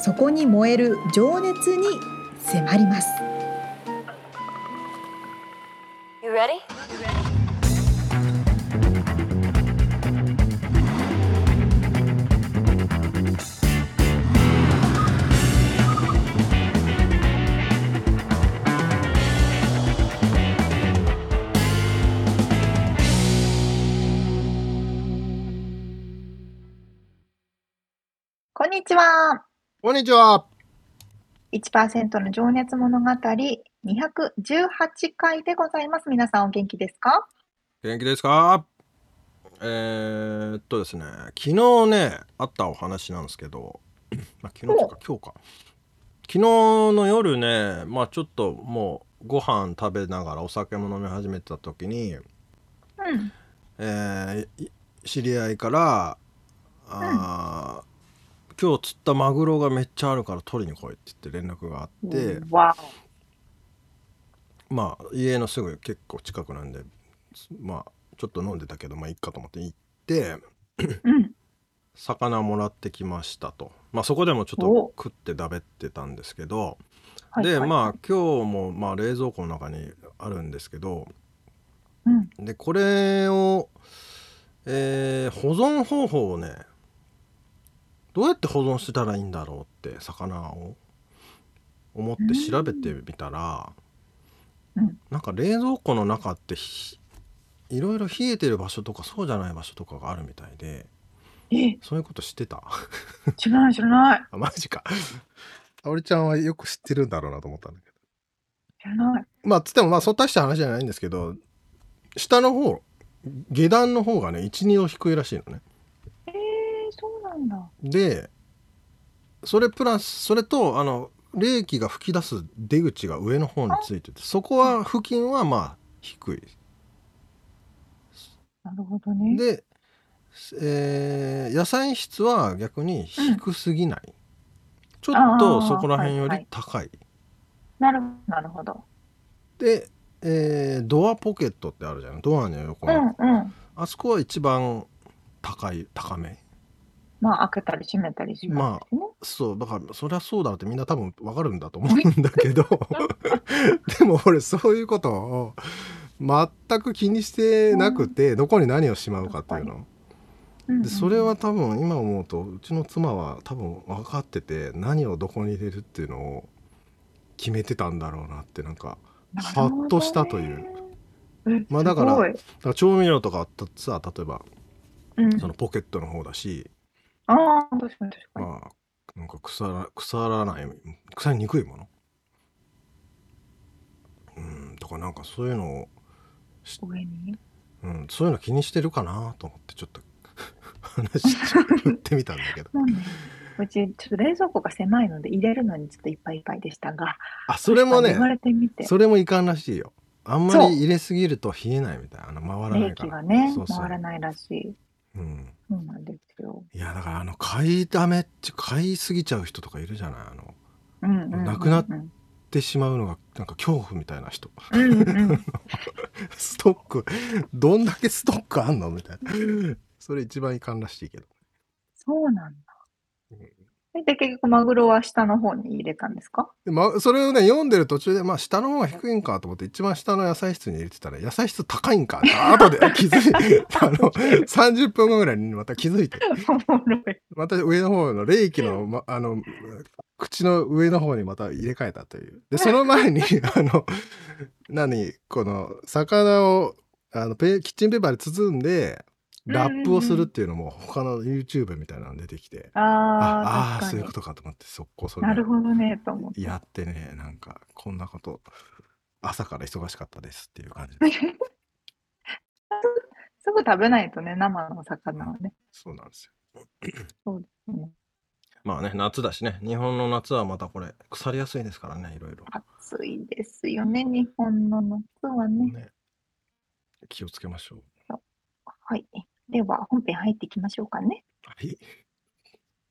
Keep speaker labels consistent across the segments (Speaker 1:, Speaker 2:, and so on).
Speaker 1: そこに燃える情熱に迫ります
Speaker 2: You ready?
Speaker 1: こんにちは
Speaker 3: こんにちは。
Speaker 1: 1%の情熱物語218回でございます皆さんお元気ですか
Speaker 3: 元気ですかえー、っとですね、昨日ね、あったお話なんですけど、 まあ、昨日とか今日か。昨日の夜ね、まあちょっともうご飯食べながらお酒も飲み始めてた時に、
Speaker 1: うん
Speaker 3: えーい知り合いから、あー今日釣ったマグロがめっちゃあるから取りに来いって言って連絡があって、
Speaker 1: わ
Speaker 3: まあ家のすぐ結構近くなんでまあちょっと飲んでたけどまあいっかと思って行って
Speaker 1: おうん
Speaker 3: 魚もらってきましたとまあそこでもちょっ
Speaker 1: お
Speaker 3: と食ってだべってたんですけど
Speaker 1: はい
Speaker 3: で
Speaker 1: はい
Speaker 3: まあ今日もまあ冷蔵庫の中にあるんですけど
Speaker 1: うん
Speaker 3: でこれをえー保存方法をねどうやって保存してたらいいんだろうって魚を思って調べてみたら、
Speaker 1: うん
Speaker 3: なんか冷蔵庫の中ってひいろいろ冷えてる場所とかそうじゃない場所とかがあるみたいで
Speaker 1: え
Speaker 3: そういうこと知ってた
Speaker 1: 知らない知らない
Speaker 3: あマ ジか沙織ちゃんはよく知ってるんだろうなと思ったんだけど
Speaker 1: 知らない
Speaker 3: まあつってもまあそう大した話じゃないんですけど下の方下段の方がね12度低いらしいのね
Speaker 1: えー、そうなんだ
Speaker 3: でそれプラスそれとあの冷気が吹き出す出口が上の方についててそこは付近はまあ低い
Speaker 1: なるほどね
Speaker 3: で、えー野菜室は逆に低すぎない、ちょっ
Speaker 1: あ
Speaker 3: と
Speaker 1: ー
Speaker 3: そこら辺よ
Speaker 1: はいは
Speaker 3: り
Speaker 1: い
Speaker 3: 高い、
Speaker 1: なるなるほど
Speaker 3: で、えードアポケットってあるじゃないドアの横
Speaker 1: う
Speaker 3: に、
Speaker 1: んうん
Speaker 3: あそこは一番高い高め
Speaker 1: まあ開けたり閉めたりしますしね、
Speaker 3: そうだからそりゃそうだろうってみんな多分わかるんだと思うんだけど でも俺そういうことを全く気にしてなくて、どこに何をしまうかっていうの、
Speaker 1: うんうん
Speaker 3: でそれは多分今思うとうちの妻は多分分かってて何をどこに入れるっていうのを決めてたんだろうなってなんか
Speaker 1: なるほどね
Speaker 3: ハッとしたという
Speaker 1: え
Speaker 3: まあだから
Speaker 1: すごい
Speaker 3: だから調味料とかさ例えば
Speaker 1: うん
Speaker 3: そのポケットの方だし、
Speaker 1: ああ確かに確かに、
Speaker 3: まあなんか腐ら腐らない腐りにくいものうんとかなんかそういうのを、
Speaker 1: 上に
Speaker 3: うん、そういうの気にしてるかなと思ってちょっと話しちゃってみたんだけど
Speaker 1: なんでうちちょっと冷蔵庫が狭いので入れるのにちょっといっぱいいっぱいでしたが
Speaker 3: あそれもね
Speaker 1: 言われてみて
Speaker 3: それもいかんらしいよあんま
Speaker 1: そう
Speaker 3: り入れすぎると冷えないみたいなあの回らな
Speaker 1: 冷
Speaker 3: いか
Speaker 1: 気
Speaker 3: ら
Speaker 1: がね
Speaker 3: そうそう
Speaker 1: 回らないらしい
Speaker 3: うん、
Speaker 1: そうなんですよ、
Speaker 3: いやだからあの買いだめって買いすぎちゃう人とかいるじゃないあの
Speaker 1: うんうんうんうん、
Speaker 3: なくなっ
Speaker 1: うん
Speaker 3: ってしまうのがなんか恐怖みたいな人
Speaker 1: うん
Speaker 3: ストックどんだけストックあんのみたいなそれ一番いかんらしいけど
Speaker 1: そうなんだ
Speaker 3: うん
Speaker 1: えで結局マグロは下の方に入れたんですか
Speaker 3: で、ま、それをね読んでる途中でまあ下の方が低いんかと思って一番下の野菜室に入れてたら野菜室高いんかって後で気づいてあの30分後ぐらいにまた気づいて
Speaker 1: おもろい
Speaker 3: また上の方の冷気の,、ま、あの口の上の方にまた入れ替えたというでその前に あの何この魚をあのペキッチンペーパーで包んでラップをするっていうのも他の YouTube みたいなの出てきて、
Speaker 1: あ
Speaker 3: あ
Speaker 1: ー
Speaker 3: あ
Speaker 1: 確か
Speaker 3: ーそう
Speaker 1: に
Speaker 3: いうことかと思って速攻それ
Speaker 1: なるほどねと思って
Speaker 3: やってねなんかこんなこと朝から忙しかったですっていう感じ
Speaker 1: すぐ食べないとね生の魚はね
Speaker 3: そうなんですよ
Speaker 1: そうですね
Speaker 3: まあね、夏だしね、日本の夏はまたこれ、腐りやすいですからね、いろいろ。
Speaker 4: 暑いですよね、日本の夏はね。
Speaker 3: ね、気をつけましょう。
Speaker 4: はい。では、本編入っていきましょうかね。
Speaker 3: はい。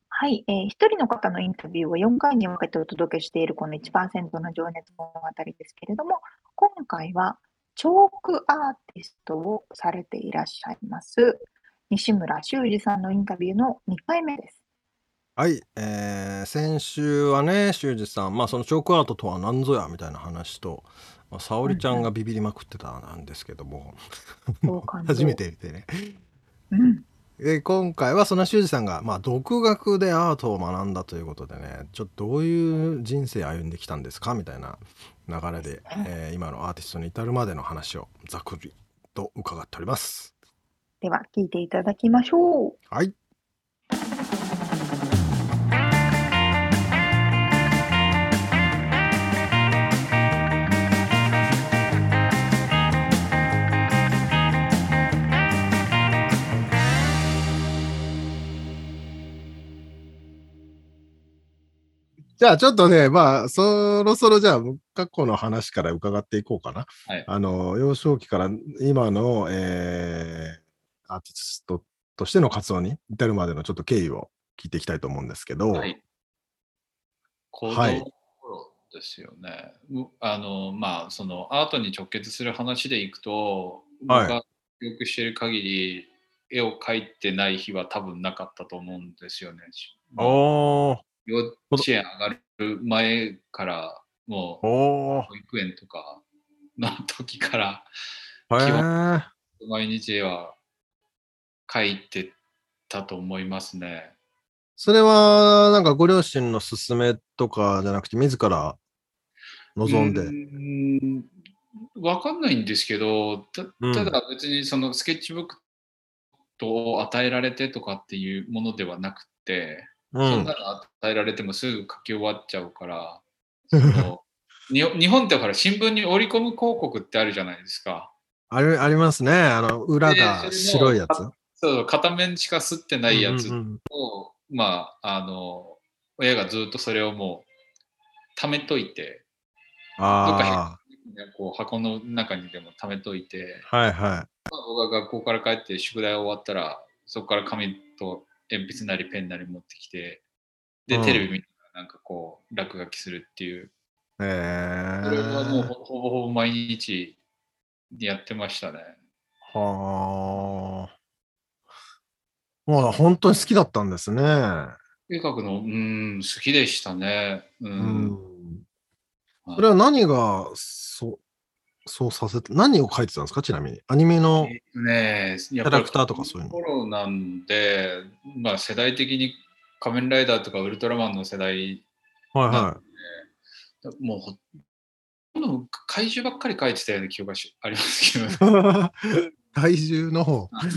Speaker 4: はい、えー、一人の方のインタビューを4回に分けてお届けしているこの1%の情熱物語ですけれども、今回はチョークアーティストをされていらっしゃいます西村修二さんのインタビューの2回目 です。
Speaker 3: はい、えー先週はね修二さん、まあ、そのチョークアートとは何ぞやみたいな話と、まあ、沙織ちゃんがビビりまくってたなんですけども、
Speaker 4: 同感
Speaker 3: 初め。て見てね
Speaker 4: うん。
Speaker 3: で今回はその修二さんが、まあ、独学でアートを学んだということでねちょっとどういう人生歩んできたんですかみたいな流れで、えー今のアーティストに至るまでの話をざっくりと伺っております。
Speaker 4: では、聞いていただきましょう。
Speaker 3: はいじゃあちょっとね、まあ、そろそろじゃあ、過去の話から伺っていこうかな。
Speaker 5: はい
Speaker 3: あの、幼少期から今の、えーアーティストとしての活動に至るまでのちょっと経緯を聞いていきたいと思うんですけど、
Speaker 5: はい。行動
Speaker 3: はい
Speaker 5: の頃ですよね。うあの、まあ、そのアートに直結する話でいくと、
Speaker 3: はい
Speaker 5: 僕が記憶している限り、絵を描いてない日は多分なかったと思うんですよね。
Speaker 3: お
Speaker 5: 幼稚園上がる前から、もう
Speaker 3: お
Speaker 5: 保育園とかの時から、
Speaker 3: ー
Speaker 5: 基
Speaker 3: へー
Speaker 5: 毎日絵は描いてたと思いますね。
Speaker 3: それは、なんかご両親の勧めとかじゃなくて、自ら望んで。
Speaker 5: うーんわかんないんですけど、た
Speaker 3: うん
Speaker 5: ただ別にそのスケッチブックと与えられてとかっていうものではなくて、
Speaker 3: う
Speaker 5: そん
Speaker 3: ん
Speaker 5: な。の与えられてもすぐ書き終わっちゃうから、その に日本ってほら新聞に折り込む広告ってあるじゃないですか。
Speaker 3: あれ、ありますね。あの、裏が
Speaker 5: でそれの
Speaker 3: 白いやつ。
Speaker 5: そう片面しか吸ってないやつ
Speaker 3: うんうん
Speaker 5: を、まあ、あの、親がずっとそれをもう貯めといて、
Speaker 3: あ
Speaker 5: こう箱の中にでも貯めといて、
Speaker 3: あ、はいは
Speaker 5: まあ僕が学校から帰って宿題終わったらそこから紙と鉛筆なりペンなり持ってきてで、
Speaker 3: うん
Speaker 5: テレビ見ながらなんかこう落書きするっていう
Speaker 3: い。へえ
Speaker 5: それはもうほほぼほぼ毎日やってましたね
Speaker 3: はあ。まあ、本当に好きだったんですね。
Speaker 5: 絵描くのうん好きでしたねうん、
Speaker 3: うん。
Speaker 5: はい
Speaker 3: それは何が、そう、そうさせて、何を書いてたんですか、ちなみに。アニメの。
Speaker 5: えっとねキ
Speaker 3: キャラクターとかそういうの
Speaker 5: コロなんでまあ世代的に仮面ライダーとかウルトラマンの世代
Speaker 3: はい
Speaker 5: な
Speaker 3: は
Speaker 5: もうほとんど怪獣ばっかり描いてたような記憶がしありますけどね
Speaker 3: い。体重の方。
Speaker 5: そ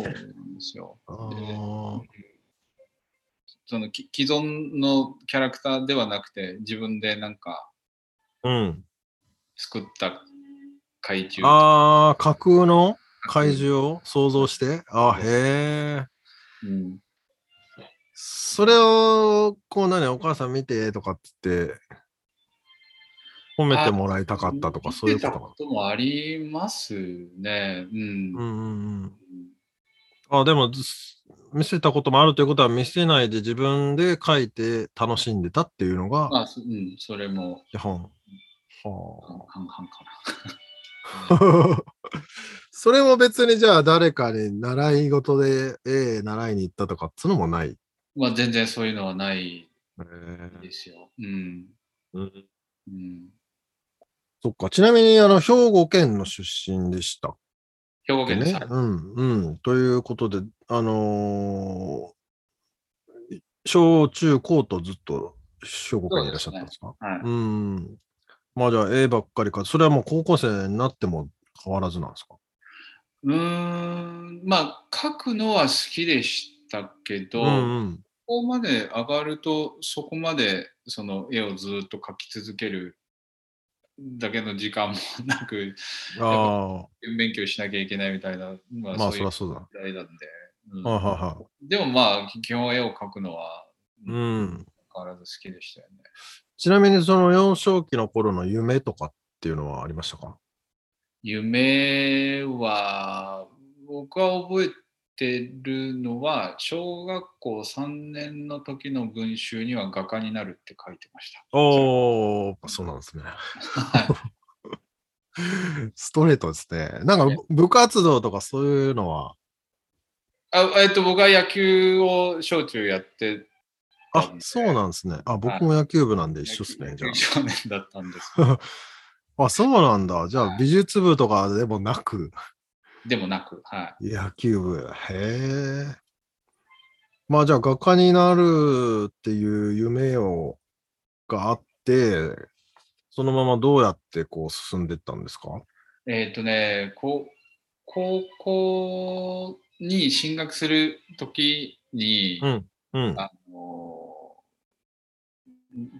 Speaker 5: うなんですよ。
Speaker 3: あ
Speaker 5: で
Speaker 3: ー
Speaker 5: そのき既存のキャラクターではなくて自分でなんか
Speaker 3: うん。
Speaker 5: 作った怪獣
Speaker 3: ああ、架空の怪獣を想像して。あーへえ。
Speaker 5: うん、
Speaker 3: それを、こう何、お母さん見てとかって、褒めてもらいたかったとか、そういうこと
Speaker 5: 見て
Speaker 3: か
Speaker 5: た
Speaker 3: な
Speaker 5: こともありますね。うん。
Speaker 3: うんうんうん。あ、でも、ず見せたこともあるということは、見せないで自分で書いて楽しんでたっていうのが
Speaker 5: まあ、そうん、それも
Speaker 3: 基本。
Speaker 5: 半
Speaker 3: は
Speaker 5: 々かな。
Speaker 3: あ、それも別にじゃあ誰かに習い事で絵習いに行ったとかっつうのもない。
Speaker 5: まあ、全然そういうのはな
Speaker 3: へ
Speaker 5: い
Speaker 3: え
Speaker 5: ですよ。うん。
Speaker 3: うん
Speaker 5: うん、
Speaker 3: そっか。ちなみに、あの、兵庫県の出身でしたっ
Speaker 5: 兵庫
Speaker 3: け
Speaker 5: 県です。
Speaker 3: ね。うん、うん。ということで、あのー小中高とずっと兵庫県にいらっしゃったんですか
Speaker 5: はい
Speaker 3: うん。まあじゃあ、絵ばっかりか。それはもう高校生になっても変わらずなんですか
Speaker 5: うーん。まあ、書くのは好きでしたけど、
Speaker 3: うんうん。
Speaker 5: ここまで上がると、そこまでその絵をずっと描き続けるだけの時間もなく、
Speaker 3: あ
Speaker 5: 勉強しなきゃいけないみたいな、ま
Speaker 3: あ、
Speaker 5: あ、
Speaker 3: まあそ
Speaker 5: そうい
Speaker 3: り
Speaker 5: う
Speaker 3: ゃそうだ。
Speaker 5: 時代なんで、うん
Speaker 3: はいはいはい。
Speaker 5: でもまあ、基本絵を描くのは変わらず好きでしたよね。
Speaker 3: ちなみにその幼少期の頃の夢とかっていうのはありましたか
Speaker 5: 夢は僕は覚えてるのは小学校3年の時の文集には画家になるって書いてました。
Speaker 3: おー、やっぱそうなんですね。 ストレートですね。なんか部活動とかそういうのは、
Speaker 5: あえっと、僕は野球を小中やってた
Speaker 3: あ
Speaker 5: んで、
Speaker 3: そうなんですね。あ、僕も野球部なんで一緒です ね、
Speaker 5: 野
Speaker 3: じゃ
Speaker 5: 球少年だったんですけど
Speaker 3: あ。あ、そうなんだ。じゃあ美術部とかでもなく、
Speaker 5: でもなく、はい。
Speaker 3: 野球部。へえ。まあじゃあ画家になるっていう夢をがあって、そのままどうやってこう進んでったんですか
Speaker 5: えっ、とね、こ高校に進学する時に、
Speaker 3: ん。うん。
Speaker 5: あの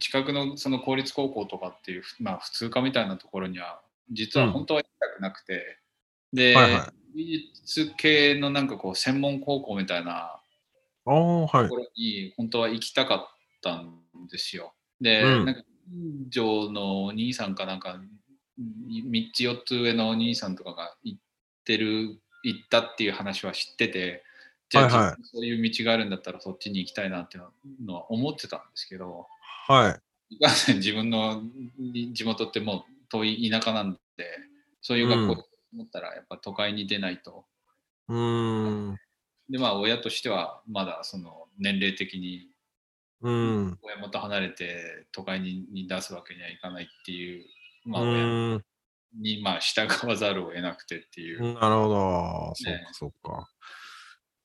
Speaker 5: 近くのその公立高校とかっていう、まあ、普通科みたいなところには実
Speaker 3: う
Speaker 5: は
Speaker 3: ん
Speaker 5: 本当は行きたくなくて、で、
Speaker 3: はいは
Speaker 5: 美術系のなんかこう専門高校みたいな
Speaker 3: ああ、はい
Speaker 5: とこ。ろに本当は行きたかったんですよ。で、
Speaker 3: うん
Speaker 5: なんか近所のお兄さんかなんか3つ4つ上のお兄さんとかが行ってる行ったっていう話は知っててじゃあ、
Speaker 3: はいはい
Speaker 5: 自分そういう道があるんだったらそっちに行きたいなっていうのは思ってたんですけど
Speaker 3: はい。
Speaker 5: いかんせん自分の地元ってもう遠い田舎なんでそういう学校に思ったらやっぱ都会に出ないと。
Speaker 3: うーん。
Speaker 5: でまあ親としてはまだその年齢的に
Speaker 3: うん。
Speaker 5: 親元離れて都会に出すわけにはいかないっていう、まあ、
Speaker 3: う
Speaker 5: 親
Speaker 3: ん。
Speaker 5: にまあ従わざるを得なくてっていう、
Speaker 3: なるほど。そう
Speaker 5: ね
Speaker 3: か、そうか。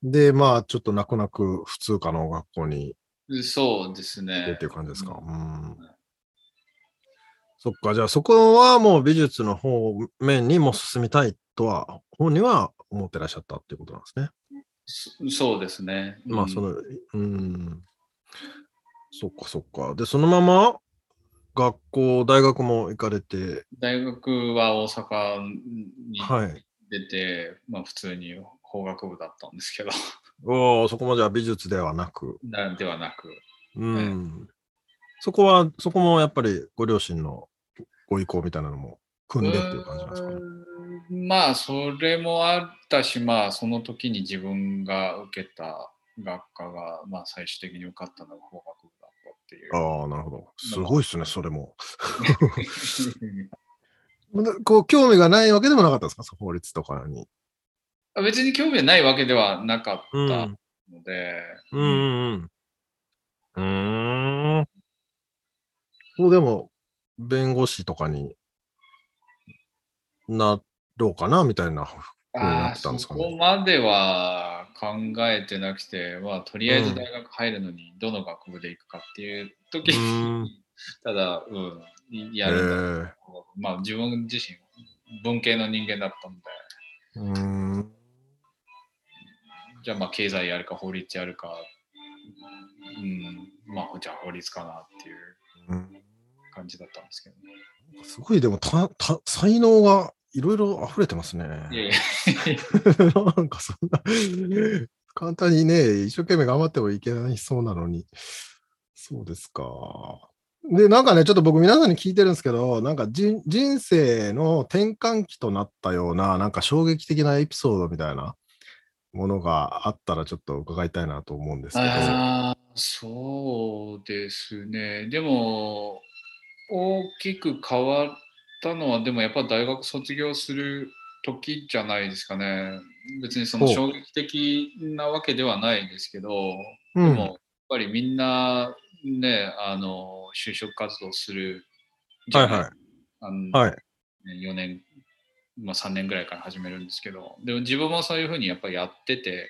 Speaker 3: で、まあ、ちょっと泣く泣く普通科の学校に
Speaker 5: そうです
Speaker 3: 行って
Speaker 5: ね
Speaker 3: っていう感じですか。
Speaker 5: う
Speaker 3: うんん。そっか、じゃあそこはもう美術の方面にも進みたいとは、本には思ってらっしゃったっていうことなんですね。
Speaker 5: そそうですね
Speaker 3: まあ、その、うん。そっか、そっか。で、そのまま学校、大学も行かれて、
Speaker 5: 大学は大阪に
Speaker 3: はい。
Speaker 5: 出て、まあ普通に法学部だったんですけど
Speaker 3: おーそこまでは美術ではなく、
Speaker 5: なではなく
Speaker 3: うんそこは、そこもやっぱりご両親のご意向みたいなのも組んでっていう感じなんですかね
Speaker 5: う。ーんまあそれもあったしまあその時に自分が受けた学科が、まあ、最終的に受かったのが法学部だったっていう。
Speaker 3: ああ、なるほど。すごいですね、それも。
Speaker 5: うん
Speaker 3: こう、興味がないわけでもなかったですかその法律とかに。
Speaker 5: 別に興味はないわけではなかった
Speaker 3: うん。
Speaker 5: ので、
Speaker 3: うん。うん。もうでも、弁護士とかになろうかな、みたいな。うんや
Speaker 5: あ
Speaker 3: ってたん
Speaker 5: ー
Speaker 3: です
Speaker 5: そ
Speaker 3: かね
Speaker 5: こまでは考えてなくて、まあ、とりあえず大学入るのにどの学部で行くかっていう時に、
Speaker 3: うん
Speaker 5: ただ、うん、
Speaker 3: え
Speaker 5: やるんだろう、
Speaker 3: ー
Speaker 5: まあ自分自身文系の人間だったんで、
Speaker 3: うん。
Speaker 5: じゃあまあ経済やるか法律やるか、うん、まあじゃあ法律かなっていう
Speaker 3: うん
Speaker 5: 感じだったんですけどね。
Speaker 3: すごい、でもたた、才能がいろいろ溢れてますね。
Speaker 5: いやいや
Speaker 3: なんかそんな、簡単にね、一生懸命頑張ってもいけないそうなのに。そうですか。で、なんかね、ちょっと僕皆さんに聞いてるんですけど、なんか人人生の転換期となったような、なんか衝撃的なエピソードみたいなものがあったらちょっと伺いたいなと思うんですけど。
Speaker 5: ああ、そうですね。でも、大きく変わったのは、でもやっぱ大学卒業する時じゃないですかね。別にその
Speaker 3: ほう
Speaker 5: 衝撃的なわけではないですけど、
Speaker 3: う
Speaker 5: で
Speaker 3: ん
Speaker 5: もやっぱりみんなね、あの、就職活動するじ
Speaker 3: は
Speaker 5: ゃ
Speaker 3: い
Speaker 5: ない
Speaker 3: は
Speaker 5: あの
Speaker 3: い。はい。
Speaker 5: ね4年、まあ、3年ぐらいから始めるんですけど、でも自分もそういうふうにやっぱりやってて、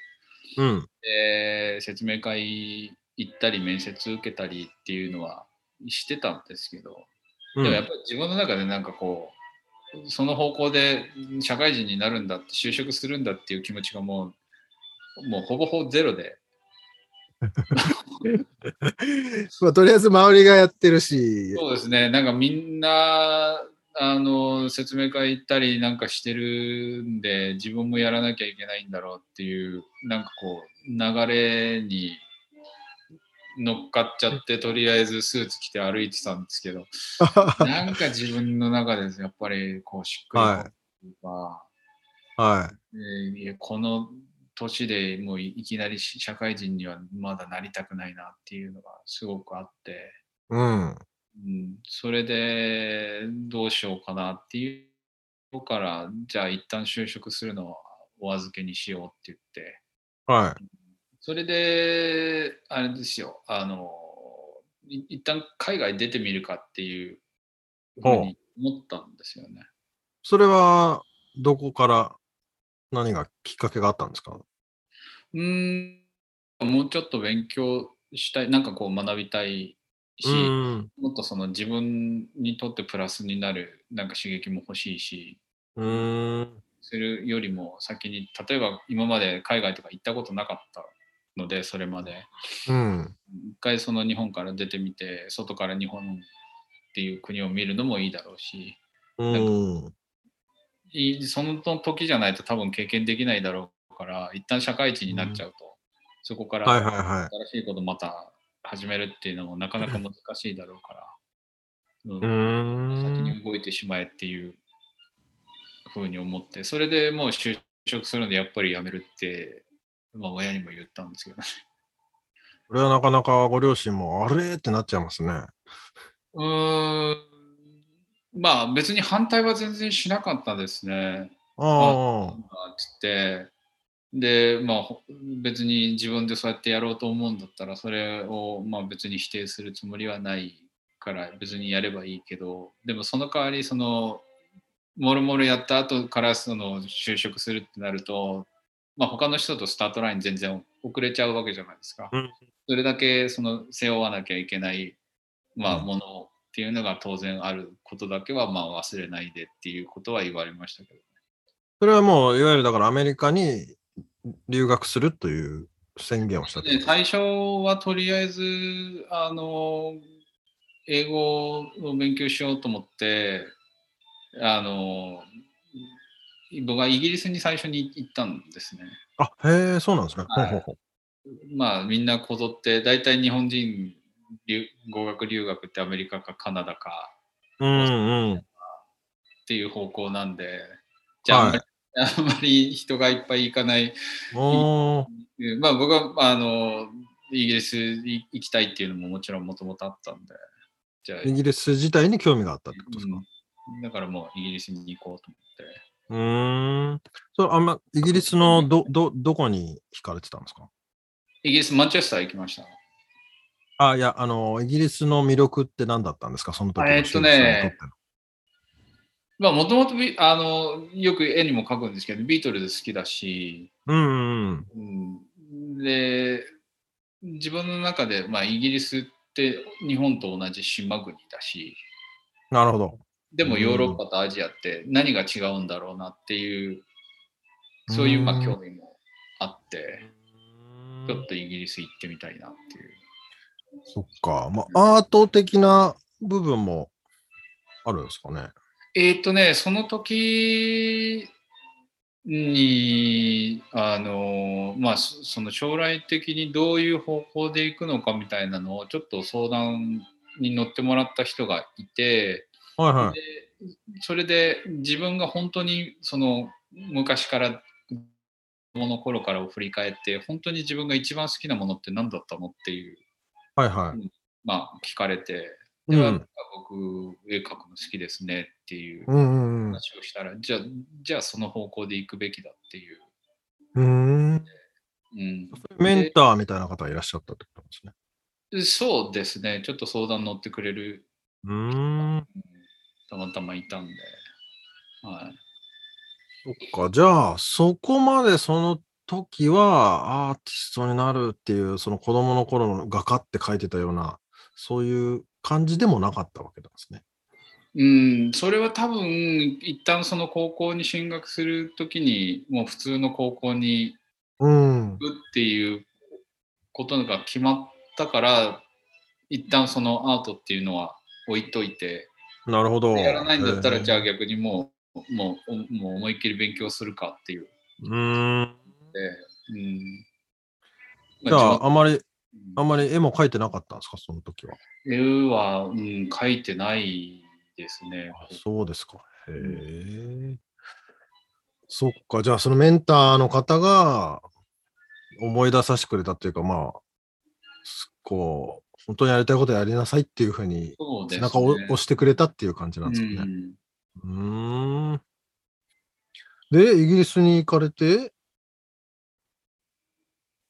Speaker 3: うん。
Speaker 5: で説明会行ったり面接受けたりっていうのはしてたんですけど、
Speaker 3: うん
Speaker 5: でもやっぱり自分の中でなんかこうその方向でうん社会人になるんだって就職するんだっていう気持ちがもうもうほぼほぼゼロで
Speaker 3: まあ、とりあえず周りがやってるし、
Speaker 5: そうですねなんかみんなあの説明会行ったりなんかしてるんで自分もやらなきゃいけないんだろうっていうなんかこう流れに乗っかっちゃって、とりあえずスーツ着て歩いてたんですけ ど、なんか自分の中です、やっぱりこうしっくり
Speaker 3: は
Speaker 5: というか、
Speaker 3: は
Speaker 5: えーいやこの年でもういいきなりし社会人にはまだなりたくないなっていうのがすごくあって、
Speaker 3: い。うん。
Speaker 5: うん、それでどうしようかなっていうのから、じゃあ一旦就職するのはお預けにしようって言って、
Speaker 3: は
Speaker 5: それで、あれですよ、あの、い一旦海外出てみるかっていうふうに思ったんですよね。
Speaker 3: い。それは、どこから、何がきっかけがあったんですか
Speaker 5: うーん、もうちょっと勉強したい、なんかこう学びたいし、
Speaker 3: うん。
Speaker 5: もっとその自分にとってプラスになるなんか刺激も欲しいし、
Speaker 3: うん。
Speaker 5: するよりも先に、例えば今まで海外とか行ったことなかったので、それまで。
Speaker 3: うん。
Speaker 5: 一回その日本から出てみて外から日本っていう国を見るのもいいだろうし
Speaker 3: うん。
Speaker 5: いその時じゃないと多分経験できないだろうから一旦社会人になっちゃうと、そこから
Speaker 3: はいはいは
Speaker 5: 新しいことまた始めるっていうのもなかなか難しいだろうから、
Speaker 3: い。う
Speaker 5: 先
Speaker 3: ん。
Speaker 5: に動いてしまえっていうふうに思ってそれでもう就職するのでやっぱり辞めるって、まあ、親にも言ったんですけど
Speaker 3: これはなかなかご両親も、あれってなっちゃいますね。
Speaker 5: うーんまあ別に反対は全然しなかったですね。
Speaker 3: あ
Speaker 5: あつってでまあほ別に自分でそうやってやろうと思うんだったらそれをまあ別に否定するつもりはないから別にやればいいけどでもその代わりそのもろもろやった後からその就職するってなると、まあ、他の人とスタートライン全然遅れちゃうわけじゃないですか。
Speaker 3: うん
Speaker 5: それだけその背負わなきゃいけない、まあ、
Speaker 3: うん
Speaker 5: ものっていうのが当然あることだけはまあ忘れないでっていうことは言われましたけど。
Speaker 3: それはもう、いわゆるだからアメリカに留学するという宣言をしたと
Speaker 5: ね、最初はとりあえずあの英語を勉強しようと思ってあの僕はイギリスに最初に行ったんですね。
Speaker 3: あ、へえ、そうなんですね。
Speaker 5: はい
Speaker 3: ほうほう
Speaker 5: まあみんなこぞって大体日本人留語学留学ってアメリカかカナダか
Speaker 3: ほう。うんうん。
Speaker 5: っていう方向なんでじゃあ、
Speaker 3: はい
Speaker 5: あんまりあんまり人がいっぱい行かない
Speaker 3: おー
Speaker 5: うんまあ僕はあのイギリス行きたいっていうのももちろんもともとあったんで、じゃあ、
Speaker 3: イギリス自体に興味があったってことですか。
Speaker 5: うんだからもうイギリスに行こうと思って。
Speaker 3: うーん。それあんま、イギリスのど、ど、どこに惹かれてたんですか
Speaker 5: イギリス、マンチェスター行きました。
Speaker 3: あ、いや、あの、イギリスの魅力って何だったんですかその時の
Speaker 5: えーっとね
Speaker 3: シューズさんにとっ
Speaker 5: まあもともとビあのよく絵にも描くんですけど、ビートルズ好きだし、
Speaker 3: てのうんうん
Speaker 5: うん、で、自分の中で、まあ、イギリスって日本と同じ島国だし、
Speaker 3: うん。なるほど。
Speaker 5: でも
Speaker 3: うん
Speaker 5: ヨーロッパとアジアって何が違うんだろうなっていう、そういうま
Speaker 3: う
Speaker 5: あ
Speaker 3: ん
Speaker 5: 興味もあって、ちょっとイギリス行ってみたいなっていう。
Speaker 3: そっか。まあ、アート的な部分もあるんですかね。
Speaker 5: えーっとね、その時に、あの、まあ、そその将来的にどういう方向で行くのかみたいなのをちょっと相談に乗ってもらった人がいて、
Speaker 3: はいはい。
Speaker 5: それで自分が本当にその昔から子供の頃からを振り返って本当に自分が一番好きなものって何だったのっていう、
Speaker 3: はいは
Speaker 5: まあ、聞かれて
Speaker 3: い。
Speaker 5: で
Speaker 3: う
Speaker 5: は、
Speaker 3: ん。
Speaker 5: 僕絵描くの好きですねっていう
Speaker 3: うんうん
Speaker 5: 話をしたら、じゃあ、じゃあその方向で行くべきだっていう。
Speaker 3: うん。うーん。
Speaker 5: うん、
Speaker 3: メンターみたいな方がいらっしゃったってことなんですね。
Speaker 5: でそうですね、ちょっと相談乗ってくれる、
Speaker 3: うーん。
Speaker 5: たまたまいたんで。はい、
Speaker 3: そっか。じゃあ、そこまでその時はアーティストになるっていう、その子供の頃の画家って書いてたような、そういう感じでもなかったわけなんですね。
Speaker 5: うん、それは多分、一旦その高校に進学するときに、もう普通の高校に
Speaker 3: うん。
Speaker 5: 行くっていうことが決まったから、一旦そのアートっていうのは置いといて、
Speaker 3: なるほど。
Speaker 5: やらないんだったら、じゃ
Speaker 3: あ。
Speaker 5: あ逆にもう、もう、もう思いっきり勉強するかっていう。
Speaker 3: うーん。
Speaker 5: で、うん。
Speaker 3: じゃあ、あまり
Speaker 5: うん
Speaker 3: あんまり絵も描いてなかったんですか、その時は。
Speaker 5: 絵は、うん、描いてないですね。
Speaker 3: あそうですか。へえ。そっか、じゃあそのメンターの方が思い出させてくれたというか、まあ、すこう、本当にやりたいことやりなさいっていうふうに、
Speaker 5: そう
Speaker 3: 背
Speaker 5: ですね。
Speaker 3: 中を押してくれたっていう感じなんですか
Speaker 5: う
Speaker 3: ね。うー
Speaker 5: ん
Speaker 3: ん。で、イギリスに行かれて、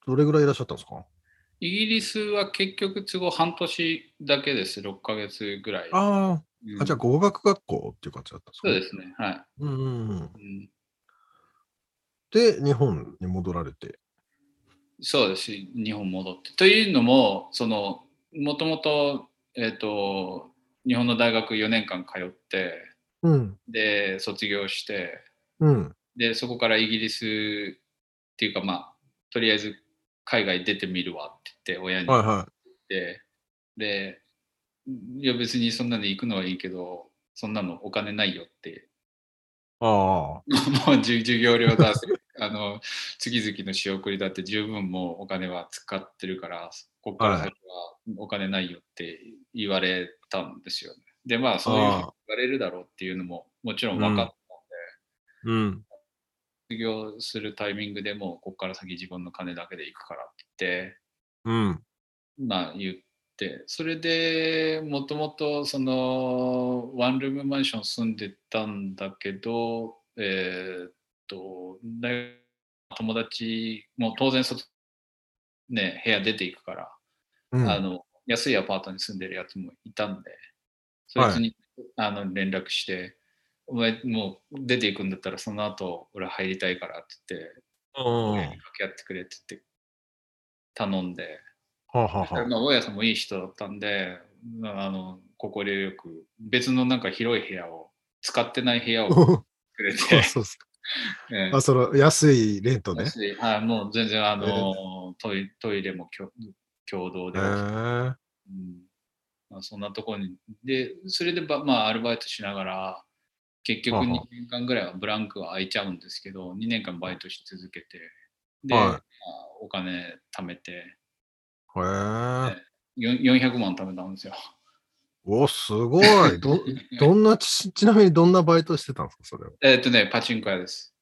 Speaker 3: どれぐらいいらっしゃったんですか
Speaker 5: イギリスは結局都合半年だけです。6ヶ月ぐらい。
Speaker 3: あ
Speaker 5: うん
Speaker 3: ーあ、じゃあ語学学校っていう感じだったんですか
Speaker 5: そうですね。は
Speaker 3: うんうんうん
Speaker 5: い。うん
Speaker 3: で、日本に戻られて。
Speaker 5: そうですし日本戻って。というのも、その、もともと、えっ、と、日本の大学4年間通って、
Speaker 3: うん。
Speaker 5: で、卒業して、
Speaker 3: うん。
Speaker 5: で、そこからイギリスっていうか、まあ、とりあえず海外出てみるわって言って、親に
Speaker 3: は
Speaker 5: 言
Speaker 3: い
Speaker 5: っ
Speaker 3: は
Speaker 5: て、で、いや、別にそんなに行くのはいいけど、そんなのお金ないよって、
Speaker 3: い。ああ。
Speaker 5: もうじゅ授業料出す、あの、月々の仕送りだって十分もうお金は使ってるから、ここから先はお金ないよって言われたんですよね。で、まあ、そういうふうに言われるだろうっていうのも、もちろん分かった
Speaker 3: うん。
Speaker 5: 卒業するタイミングでもうここから先自分の金だけで行くからって言って
Speaker 3: うん。
Speaker 5: まあ言ってそれでもともとそのワンルームマンション住んでたんだけどえーっと大学の友達も当然卒ね部屋出ていくから、
Speaker 3: うん
Speaker 5: あの安いアパートに住んでるやつもいたんでそいつに、あの連絡して「お前もう出ていくんだったらその後俺入りたいから」って言って。
Speaker 3: うん。は
Speaker 5: 掛け合ってくれって言って頼んで、
Speaker 3: あはあはあ
Speaker 5: まあ、大家さんもいい人だったんで、まああの、ここでよく別のなんか広い部屋を、使ってない部屋をくれ て、
Speaker 3: そうっすか
Speaker 5: ええ
Speaker 3: あ、その安いレントね。
Speaker 5: 私はいもう全然あのトイトイレもきょ共同
Speaker 3: へ
Speaker 5: で、
Speaker 3: え。
Speaker 5: うんまあ、そんなところに、で、それでば、まあ、アルバイトしながら、結局
Speaker 3: はあ
Speaker 5: 2
Speaker 3: はあ
Speaker 5: 年間ぐらいはブランクは空いちゃうんですけど、2年間バイトし続けて、で、
Speaker 3: はい
Speaker 5: まあお金貯めて、
Speaker 3: へえ。
Speaker 5: よん400万貯めたんですよ。
Speaker 3: お、すご い。ど、どんなち、ちなみにどんなバイトしてたんですか、それは。
Speaker 5: えーっとね、パチンコ屋です。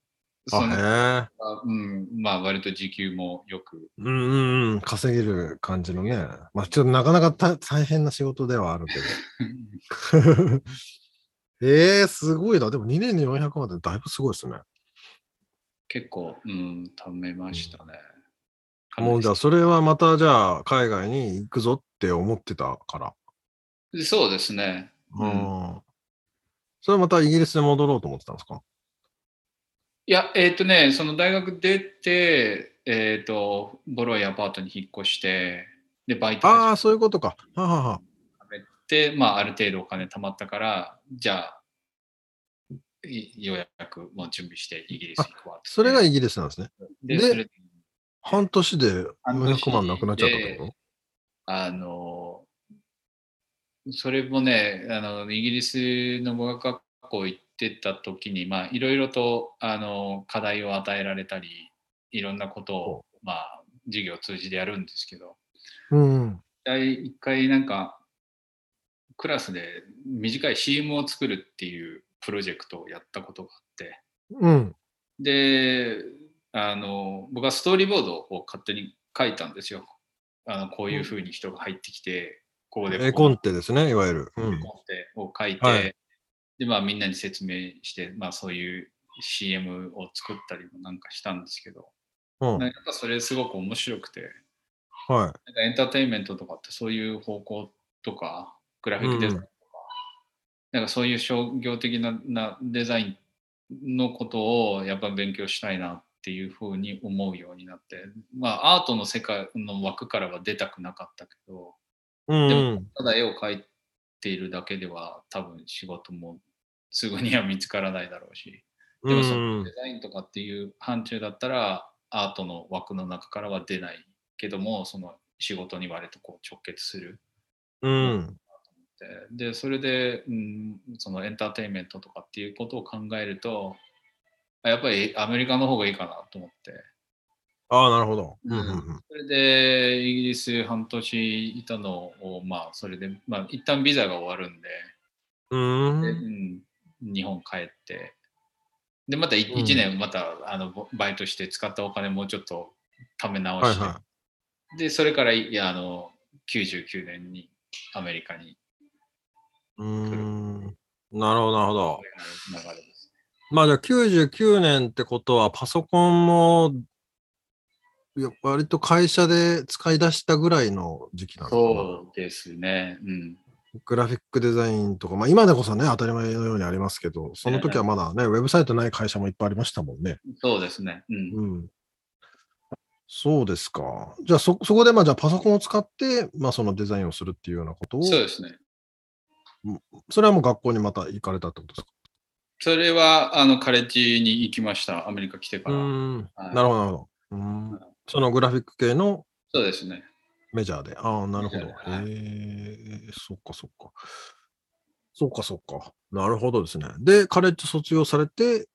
Speaker 5: その
Speaker 3: あ、へえ。
Speaker 5: うん、まあ割と時給もよく。
Speaker 3: うんうんうん。稼げる感じのね。まあ、ちょっとなかなかた大変な仕事ではあるけど。 ええすごいな。でも2年に400万ってだいぶすごいですね。
Speaker 5: 結構、うん、貯めましたね。
Speaker 3: もうじゃあ、それはまたじゃあ、海外に行くぞって思ってたから。
Speaker 5: そうですね。う、
Speaker 3: うんん。それはまたイギリスに戻ろうと思ってたんですか
Speaker 5: いや、えーっとね、その大学出て、えーっと、ボロいアパートに引っ越して、で、バイト
Speaker 3: ああ、
Speaker 5: 始
Speaker 3: そういうことか。はあはあはあ
Speaker 5: めて、まあある程度お金貯まったから、じゃあ、いようやくもう準備してイギリス行くわって
Speaker 3: それがイギリスなんですね。
Speaker 5: で、
Speaker 3: で
Speaker 5: それで
Speaker 3: 半年で
Speaker 5: 半年で
Speaker 3: 400万なくなっちゃったってこ
Speaker 5: あの、それもね、あの、イギリスの語学学校行ってた時に、まあ、いろいろと、あの、課題を与えられたり、いろんなことを、まあ、授業を通じてやるんですけど、
Speaker 3: とうん。
Speaker 5: 第一回なんか、クラスで短い CM を作るっていうプロジェクトをやったことがあって、
Speaker 3: うん。
Speaker 5: であの僕はストーリーボードを勝手に書いたんですよあのこういうふうに人が入ってきて、こうでこう
Speaker 3: 絵コンテですね、いわゆる。う
Speaker 5: 絵
Speaker 3: ん。
Speaker 5: コンテを書いて、
Speaker 3: はい
Speaker 5: でまあ、みんなに説明して、まあ、そういう CM を作ったりもなんかしたんですけど、
Speaker 3: うん。
Speaker 5: なんかやっぱそれすごく面白くて
Speaker 3: は
Speaker 5: なんかエンターテインメントとかってそういう方向とかグラフィックデザインとか、なんかそういう商業的ななデザインのことをやっぱ勉強したいなっていうふうに思うようになってまあアートの世界の枠からは出たくなかったけど
Speaker 3: い。うん
Speaker 5: で
Speaker 3: う
Speaker 5: も
Speaker 3: ん。
Speaker 5: ただ絵を描いているだけでは多分仕事もすぐには見つからないだろうしでもそのデザインとかっていう範疇だったらアートの枠の中からは出ないけどもその仕事に割とこう直結する
Speaker 3: うん。
Speaker 5: ででそれで、うん、そのエンターテインメントとかっていうことを考えるとあやっぱりアメリカの方がいいかなと思って
Speaker 3: ああ、なるほど。うん
Speaker 5: うんそれで、イギリス半年いたのを、まあ、それで、まあ、一旦ビザが終わるんで、
Speaker 3: うんうん。
Speaker 5: で
Speaker 3: う
Speaker 5: う
Speaker 3: ーん。
Speaker 5: ん、日本帰って、で、またい
Speaker 3: うん
Speaker 5: 1年、また、あのぼバイトして使ったお金もうちょっと貯め直
Speaker 3: はい
Speaker 5: して、
Speaker 3: は
Speaker 5: で、それから、いや、あの、99年にアメリカに
Speaker 3: い。うーん。なるほど、なるほど
Speaker 5: こ。ういう流れです。
Speaker 3: まあじゃあ99年ってことはパソコンもいや割と会社で使い出したぐらいの時期なのかな
Speaker 5: そうですね。うん。
Speaker 3: グラフィックデザインとか、まあ今でこそね、当たり前のようにありますけど、その時はまだね、ウェブサイトない会社もいっぱいありましたもんね。
Speaker 5: そうですね。うん。
Speaker 3: うん。そうですか。じゃあそ、そこでまあじゃあパソコンを使って、まあそのデザインをするっていうようなことを、
Speaker 5: そうですね。
Speaker 3: それはもう学校にまた行かれたってことですか
Speaker 5: それは、あの、カレッジに行きました。アメリカ来てから。
Speaker 3: ん。
Speaker 5: はい
Speaker 3: なるほど、なるほど。うん。そのグラフィック系の
Speaker 5: そうですね。
Speaker 3: メジャーで。ああ、なるほど。へ
Speaker 5: メジャー
Speaker 3: え、そっかそっか。そっかそっか。なるほどですね。で、カレッジ卒業されて、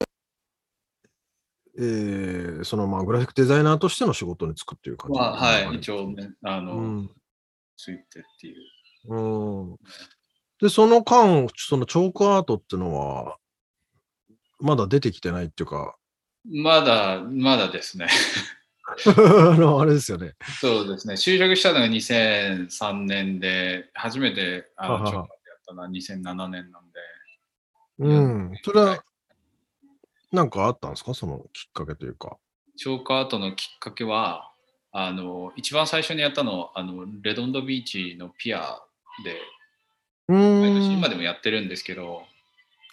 Speaker 3: えー、そのまあグラフィックデザイナーとしての仕事に就くっていう感じ、
Speaker 5: まあ、はい。一応。ね、あ
Speaker 3: う
Speaker 5: の、
Speaker 3: ん。
Speaker 5: ついてっていう。
Speaker 3: うん、で、その間、そのチョークアートっていうのは、まだ出てきてないっていうか、
Speaker 5: まだ、まだですね。
Speaker 3: あの、あれですよね。
Speaker 5: そうですね。就職したのが2003年で、初めて、あ
Speaker 3: はは
Speaker 5: の、
Speaker 3: は
Speaker 5: ちょっとやったのは2007年なんで。
Speaker 3: うん。それ
Speaker 5: はい
Speaker 3: は、なんかあったんですかそのきっかけというか。
Speaker 5: 超カートのきっかけは、あの、一番最初にやったの、あの、レドンドビーチのピアで、
Speaker 3: う
Speaker 5: 毎
Speaker 3: ーん
Speaker 5: 年。今でもやってるんですけど、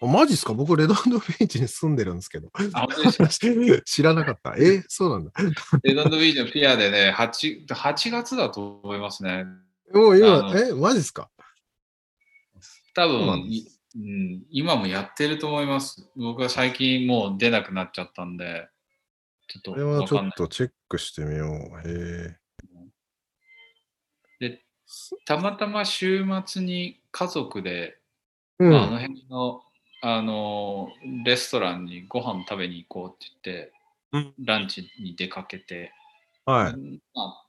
Speaker 3: あマジっすか僕、レドンドビーチに住んでるんですけど。
Speaker 5: あ本当で す
Speaker 3: 知らなかった。え、そうなんだ。
Speaker 5: レドンドビーチのピアでね、8, 8月だと思いますね。
Speaker 3: もう
Speaker 5: あ
Speaker 3: 今、
Speaker 5: の
Speaker 3: え、マジっすかそ
Speaker 5: 多
Speaker 3: うな
Speaker 5: 分
Speaker 3: んで
Speaker 5: いうん、今もやってると思います。僕は最近もう出なくなっちゃったんで、ちょっ
Speaker 3: ことれは
Speaker 5: わ
Speaker 3: ち
Speaker 5: か
Speaker 3: ょ
Speaker 5: ん
Speaker 3: っ
Speaker 5: ない。
Speaker 3: とチェックしてみよう。へ
Speaker 5: で、たまたま週末に家族で、
Speaker 3: え。う
Speaker 5: まああの
Speaker 3: ん。
Speaker 5: 辺の、あのーレストランにご飯食べに行こうって言って、ランチに出かけて、
Speaker 3: はい。
Speaker 5: まあ、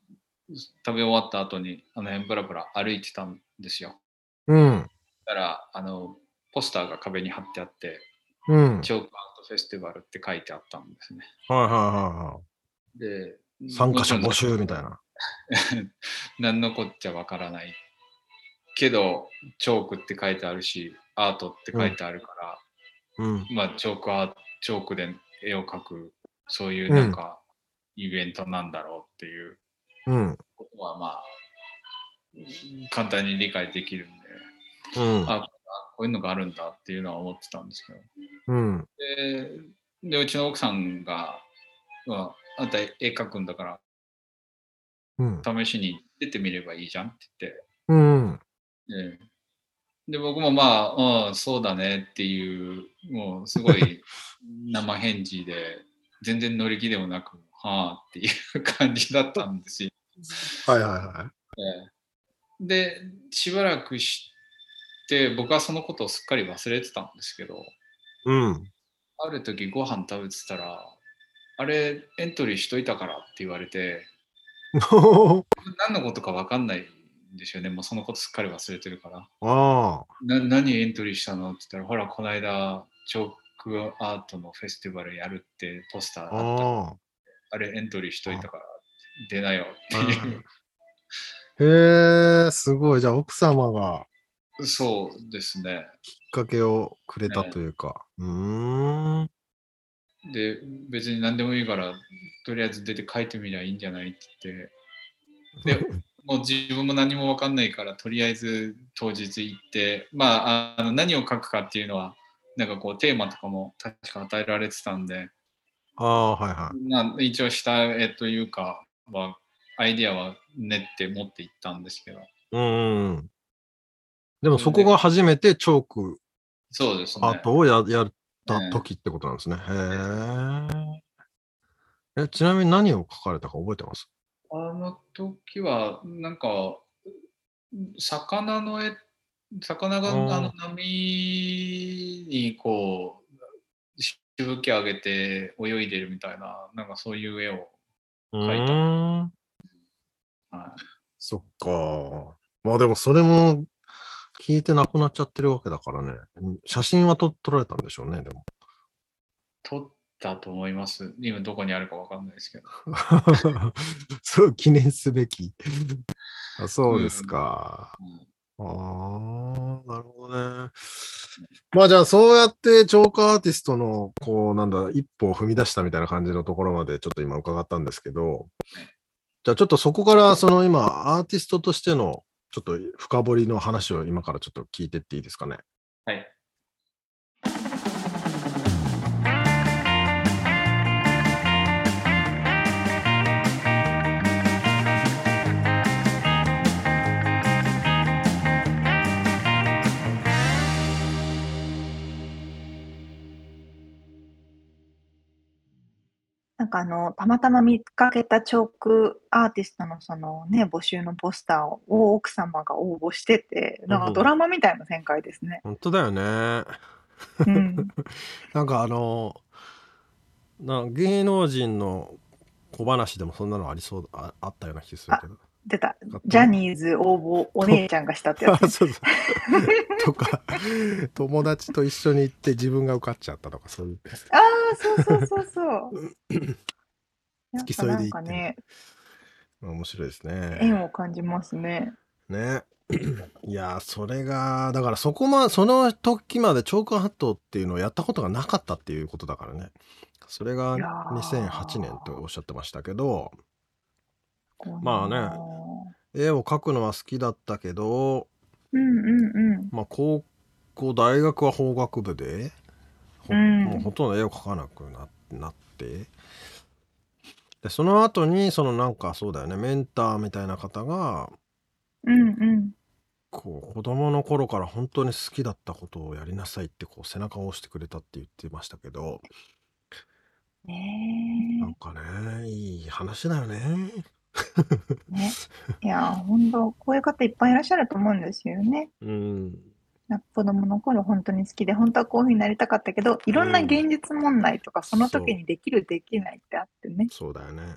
Speaker 5: 食べ終わった後にあの辺ブラブラ歩いてたんですよ。
Speaker 3: うん。
Speaker 5: だからあのポスターが壁に貼ってあって、
Speaker 3: うん。はい
Speaker 5: チョークアートフェスティバルって書いてあったんですね。
Speaker 3: はいは
Speaker 5: で
Speaker 3: いはい。参加者募集みたい
Speaker 5: な。
Speaker 3: な。
Speaker 5: 何のこっちゃわからない。けど、チョークって書いてあるし、アートって書いてあるから、
Speaker 3: うん。
Speaker 5: まあ、チョークアート、チョークで絵を描く、そういうなんか、イベントなんだろうっていう
Speaker 3: うん。
Speaker 5: ことは、まあ、簡単に理解できるんで、
Speaker 3: うん。
Speaker 5: あこういうのがあるんだっていうのは思ってたんですけど。
Speaker 3: うん。
Speaker 5: で、でうちの奥さんが、まあ、あんた絵描くんだから、
Speaker 3: うん。
Speaker 5: 試しに出てみればいいじゃんって言って、
Speaker 3: うん。
Speaker 5: ええで、僕もまあ、うん、そうだねっていう、もうすごい生返事で、全然乗り気でもなく、はあっていう感じだったんですよ。
Speaker 3: はいはいは
Speaker 5: ええで、しばらくして、僕はそのことをすっかり忘れてたんですけど、
Speaker 3: い。うん。
Speaker 5: ある時ご飯食べてたら、あれエントリーしといたからって言われて、何のことか分かんないんですよね。もうそのことすっかり忘れてるから。
Speaker 3: ああ。
Speaker 5: な何エントリーしたのって言ったら、ほら、この間、チョークアートのフェスティバルやるってポスターあった。あ
Speaker 3: ああ。
Speaker 5: れエントリーしといたから出なよってい
Speaker 3: へえ、すごい。じゃあ、奥様が
Speaker 5: う。 そうですね。
Speaker 3: きっかけをくれたという か。うーん。
Speaker 5: で、別に何でもいいから、とりあえず出て書いてみりゃいいんじゃないって言って、でもう自分も何も分かんないから、とりあえず当日行って、まあ、あの何を書くかっていうのは、なんかこうテーマとかも確か与えられてたんで、
Speaker 3: あ あ、はいはい。
Speaker 5: まあ、一応下絵というかは、アイディアは練って持っていったんですけど、
Speaker 3: うんうん。でもそこが初めてチョーク
Speaker 5: そうですね。
Speaker 3: アートをや,、やっ
Speaker 5: ね
Speaker 3: た時ってことなんですね。へえ。え、ちなみに何を書かれたか覚えてます
Speaker 5: あの時は、なんか、魚の絵、魚が
Speaker 3: うん
Speaker 5: あの波にこう、しぶき上げて泳いでるみたいな、なんかそういう絵を書いた。
Speaker 3: うん
Speaker 5: は
Speaker 3: そっか。まあでもそれも聞いてなくなっちゃってるわけだからね。写真は撮撮られたんでしょうね、でも。
Speaker 5: い、撮ったと思います。今どこにあるかわかんないですけど。
Speaker 3: そう、記念すべき。あそうですか。ああ、なるほどね。まあじゃあそうやってチョークアーティストの、こう、なんだ、一歩を踏み出したみたいな感じのところまでちょっと今伺ったんですけど、じゃあちょっとそこからその今、アーティストとしてのちょっと深掘りの話を今からちょっと聞いてっていいですかね。
Speaker 5: はい。
Speaker 4: なんかあの、たまたま見かけたチョークアーティストのそのね、募集のポスターを奥様が応募してて、なん
Speaker 3: う
Speaker 4: か
Speaker 3: ん
Speaker 4: ドラマみたいな展開ですね。
Speaker 3: 本当だよね。
Speaker 4: うん。
Speaker 3: なんかあのな芸能人の小話でもそんなのありそうああったような気するけど。
Speaker 4: 出た。ジャニーズ応募お姉ちゃんがしたってや
Speaker 3: あ
Speaker 4: つ。
Speaker 3: そうそうとか友達と一緒に行って自分が受かっちゃったとかそういう
Speaker 4: ああ、そうそうそうそう。
Speaker 3: 付き添いで行って
Speaker 4: なんかね、
Speaker 3: 面白いですね。
Speaker 4: 縁を感じますね。
Speaker 3: ね。 いやーそれがだからそこまその時までチョークハットっていうのをやったことがなかったっていうことだからね。それが
Speaker 4: いやー
Speaker 3: 2008年とおっしゃってましたけど。
Speaker 4: こう
Speaker 3: まあね。絵を描くのは好きだったけど、
Speaker 4: うんうん
Speaker 3: まあ、高校大学は法学部で、ほ
Speaker 4: うん
Speaker 3: もうほとんど絵を描かなくななってでその後にそのなんかそうだよねメンターみたいな方が
Speaker 4: うん。うんうん。
Speaker 3: こう子供の頃から本当に好きだったことをやりなさいってこう背中を押してくれたって言ってましたけどな
Speaker 4: ね
Speaker 3: んかねいい話だよね。
Speaker 4: え。ね。いやー、本当こういう方いっぱいいらっしゃると思うんですよね。
Speaker 3: うん
Speaker 4: なんか子供の頃本当に好きで、本当はこういうふうになりたかったけど、いろんな
Speaker 3: うん
Speaker 4: 現実問題とか、その
Speaker 3: そ
Speaker 4: 時
Speaker 3: う
Speaker 4: にできるできないってあってね。
Speaker 3: そうだよね。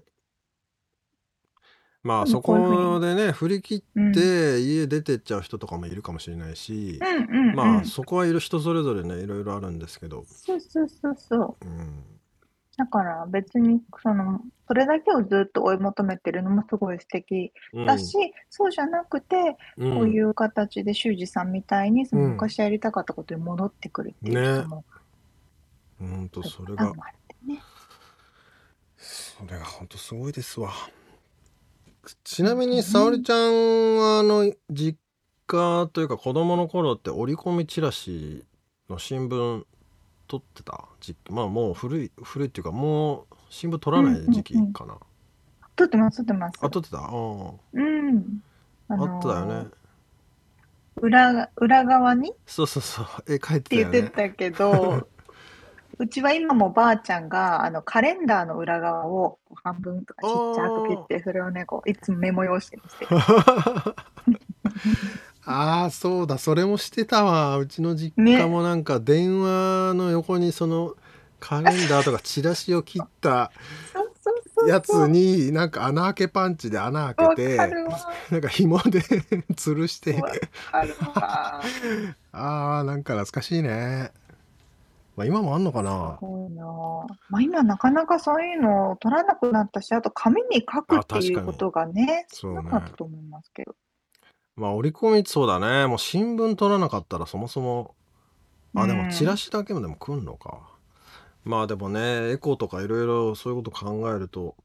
Speaker 3: まあ
Speaker 4: で
Speaker 3: そ
Speaker 4: もこういうふう
Speaker 3: こ
Speaker 4: に
Speaker 3: でね振り切っ
Speaker 4: うん。
Speaker 3: で家出てっちゃう人とかもいるかもしれないし
Speaker 4: う、んうんうん。
Speaker 3: まあそこはいる人それぞれねいろいろあるんですけど、
Speaker 4: そうそうそうそう。
Speaker 3: うん、
Speaker 4: だから別にそのそれだけをずっと追い求めてるのもすごい素敵だし、そうじゃなくて、
Speaker 3: うん、
Speaker 4: こういうう形で修二さんみたいにその
Speaker 3: うん
Speaker 4: 昔やりたかったことに戻ってくるっていう人も
Speaker 3: んほんと
Speaker 4: た
Speaker 3: それ
Speaker 4: くさ
Speaker 3: が
Speaker 4: んあってね。
Speaker 3: それが本当すごいですわちなみに沙織ちゃんはあの実家というか子供の頃って折り込みチラシの新聞取ってた時期まあもう古い古いっていうかもう新聞取らない時期かな、
Speaker 4: 撮ってます撮ってます。
Speaker 3: あ取ってたあー
Speaker 4: うん。あ
Speaker 3: あ
Speaker 4: の
Speaker 3: ったよね
Speaker 4: 裏が裏側にっ
Speaker 3: そうそうそう絵描いてた
Speaker 4: て言
Speaker 3: よ
Speaker 4: っ
Speaker 3: ね
Speaker 4: てたけど、 うちは今もばあちゃんがあのカレンダーの裏側を半分とかちっちゃく切ってそれをねこういつもメモ用紙にして る。
Speaker 3: ああそうだそれもしてたわうちの実家もなんか電話の横にそのカレンダーとかチラシを切った
Speaker 4: そうそうそう
Speaker 3: やつ
Speaker 4: そう
Speaker 3: になんか穴開けパンチで穴開
Speaker 4: わ
Speaker 3: けて
Speaker 4: かるわ。
Speaker 3: なんか紐で 吊るして
Speaker 4: わかる わ。
Speaker 3: ああなんか懐かしいね、まあ、今もあんのかな
Speaker 4: すごいなあ。まあ今なかなかそういうのを取らなくなったし、あと紙に書くっていうことがね、
Speaker 3: あ確かに
Speaker 4: なかったと思いますけど。
Speaker 3: まあ折り込みそうだねもう新聞取らなかったらそもそもあで
Speaker 4: う
Speaker 3: も
Speaker 4: ん
Speaker 3: チラシだけでも来んのか、まあでもねエコーとかいろいろそういうこと考えると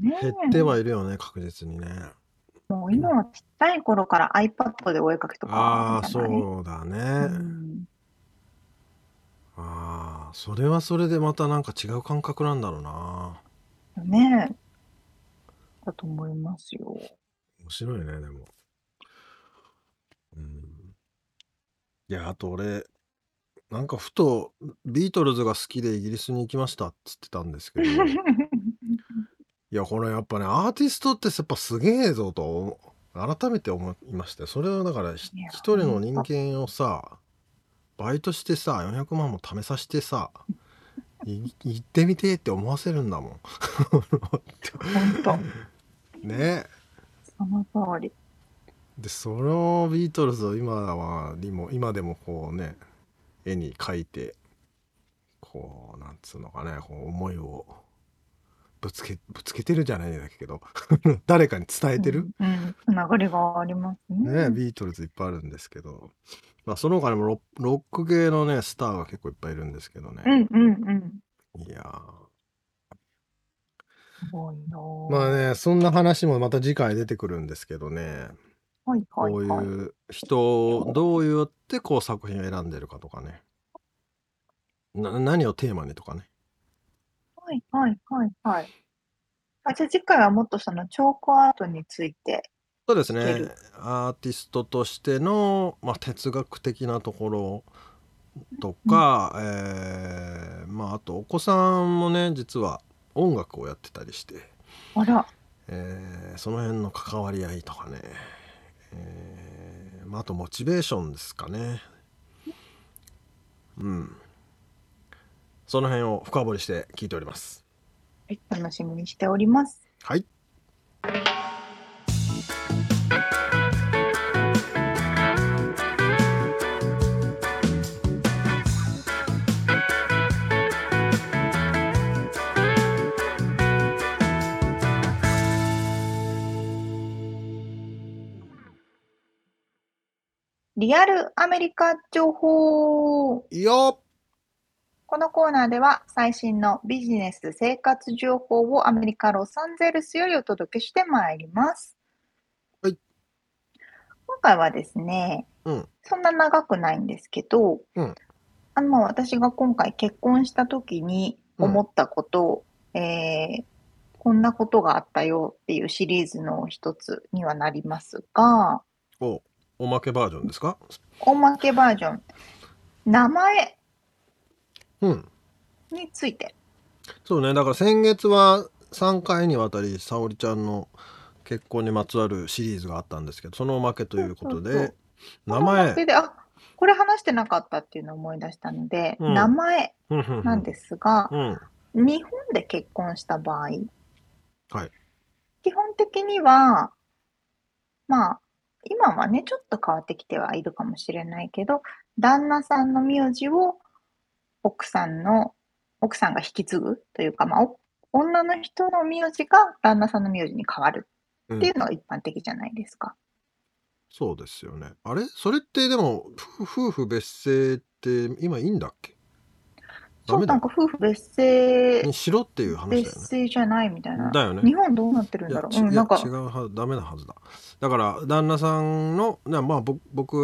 Speaker 3: 減ってはいるよね確実にね
Speaker 4: もう今はちっちゃい頃から iPad でお絵かきと
Speaker 3: あ
Speaker 4: か
Speaker 3: あ
Speaker 4: じゃない。
Speaker 3: そうだね、
Speaker 4: うん
Speaker 3: ああそれはそれでまたなんか違う感覚なんだろうな
Speaker 4: ねえ。だと思います よ。
Speaker 3: 面白いねでもうんいやあと俺なんかふとビートルズが好きでイギリスに行きましたっつってたんですけどいやこれやっぱねアーティストってやっぱすげえぞと改めて思いましたよそれはだからひ
Speaker 4: いや
Speaker 3: 一人の人間をさバイトしてさ400万も貯めさせてさい行ってみてって思わせるんだも
Speaker 4: 本当、
Speaker 3: ん。ね。
Speaker 4: その通り。
Speaker 3: で、そのビートルズを今は、にも、今でもこうね、絵に描いて、こう、なんつうのかね、こう思いをぶつけ、ぶつけてるじゃないんだけど、 誰かに伝えてる、
Speaker 4: うん、うんつながりがあります
Speaker 3: ね、
Speaker 4: ね。
Speaker 3: ビートルズいっぱいあるんですけど、まあ、その他にもロロック系のね、スターが結構いっぱいいるんですけどね。
Speaker 4: うんうんうん。
Speaker 3: いやー
Speaker 4: すごいなぁ。
Speaker 3: まあね、そんな話もまた次回出てくるんですけどね、
Speaker 4: はいはい
Speaker 3: こうい
Speaker 4: はい。
Speaker 3: う人をどうやってこう作品を選んでるかとかね、な何をテーマにとかね。
Speaker 4: はいはいはいはい。あ、じゃあ次回はもっとそのチョークアートについて。
Speaker 3: そうです
Speaker 4: いけ
Speaker 3: ね
Speaker 4: る、
Speaker 3: アーティストとしての、まあ、哲学的なところとか、えーまあ、あとお子さんもね、実は音楽をやってたりして、
Speaker 4: あら、
Speaker 3: えーその辺の関わり合いとかね、えーまあ、あとモチベーションですかねうんその辺を深掘りして聞いております
Speaker 4: はい楽しみにしております。
Speaker 3: はい
Speaker 4: リアルアメリカ情報。
Speaker 3: いいよ
Speaker 4: このコーナーでは最新のビジネス生活情報をアメリカ・ロサンゼルスよりお届けしてまいります。
Speaker 3: はい
Speaker 4: 今回はですね、
Speaker 3: うん
Speaker 4: そんな長くないんですけど、
Speaker 3: うん
Speaker 4: あのまあ私が今回結婚した時に思ったこと、えーこんなことがあったよっていうシリーズの一つにはなりますが、
Speaker 3: おおまけバージョンですか
Speaker 4: おまけバージョン、名前
Speaker 3: うん
Speaker 4: について。
Speaker 3: そうねだから先月は3回にわたり沙織ちゃんの結婚にまつわるシリーズがあったんですけどそのおまけということで
Speaker 4: そうそ
Speaker 3: 名
Speaker 4: うそれ
Speaker 3: 前
Speaker 4: で、あ、これ話してなかったっていうのを思い出したので、
Speaker 3: うん
Speaker 4: 名前な
Speaker 3: なん
Speaker 4: ですが、
Speaker 3: うんうん
Speaker 4: 日本で結婚した場合、
Speaker 3: はい
Speaker 4: 基本的には、まあ、今はね、ちょっと変わってきてはいるかもしれないけど、旦那さんの名字を奥さんの、奥さんが引き継ぐというか、まあ、お女の人の名字が旦那さんの名字に変わる
Speaker 3: うん
Speaker 4: っていうのが一般的じゃないですか。
Speaker 3: そうですよね。あれそれってでも夫夫婦別姓って今いいんだっけダ
Speaker 4: そう、
Speaker 3: メだ
Speaker 4: なんか夫婦別姓
Speaker 3: にしろっていう話だよ
Speaker 4: 別姓じゃないみたいな。
Speaker 3: ね。だよね
Speaker 4: 日。本どうなってるん
Speaker 3: い
Speaker 4: だ
Speaker 3: や
Speaker 4: ろう。
Speaker 3: ち
Speaker 4: うん、
Speaker 3: い
Speaker 4: な
Speaker 3: や
Speaker 4: んか
Speaker 3: 違、うはダメなはずだ。だから旦那さんのなまあぼ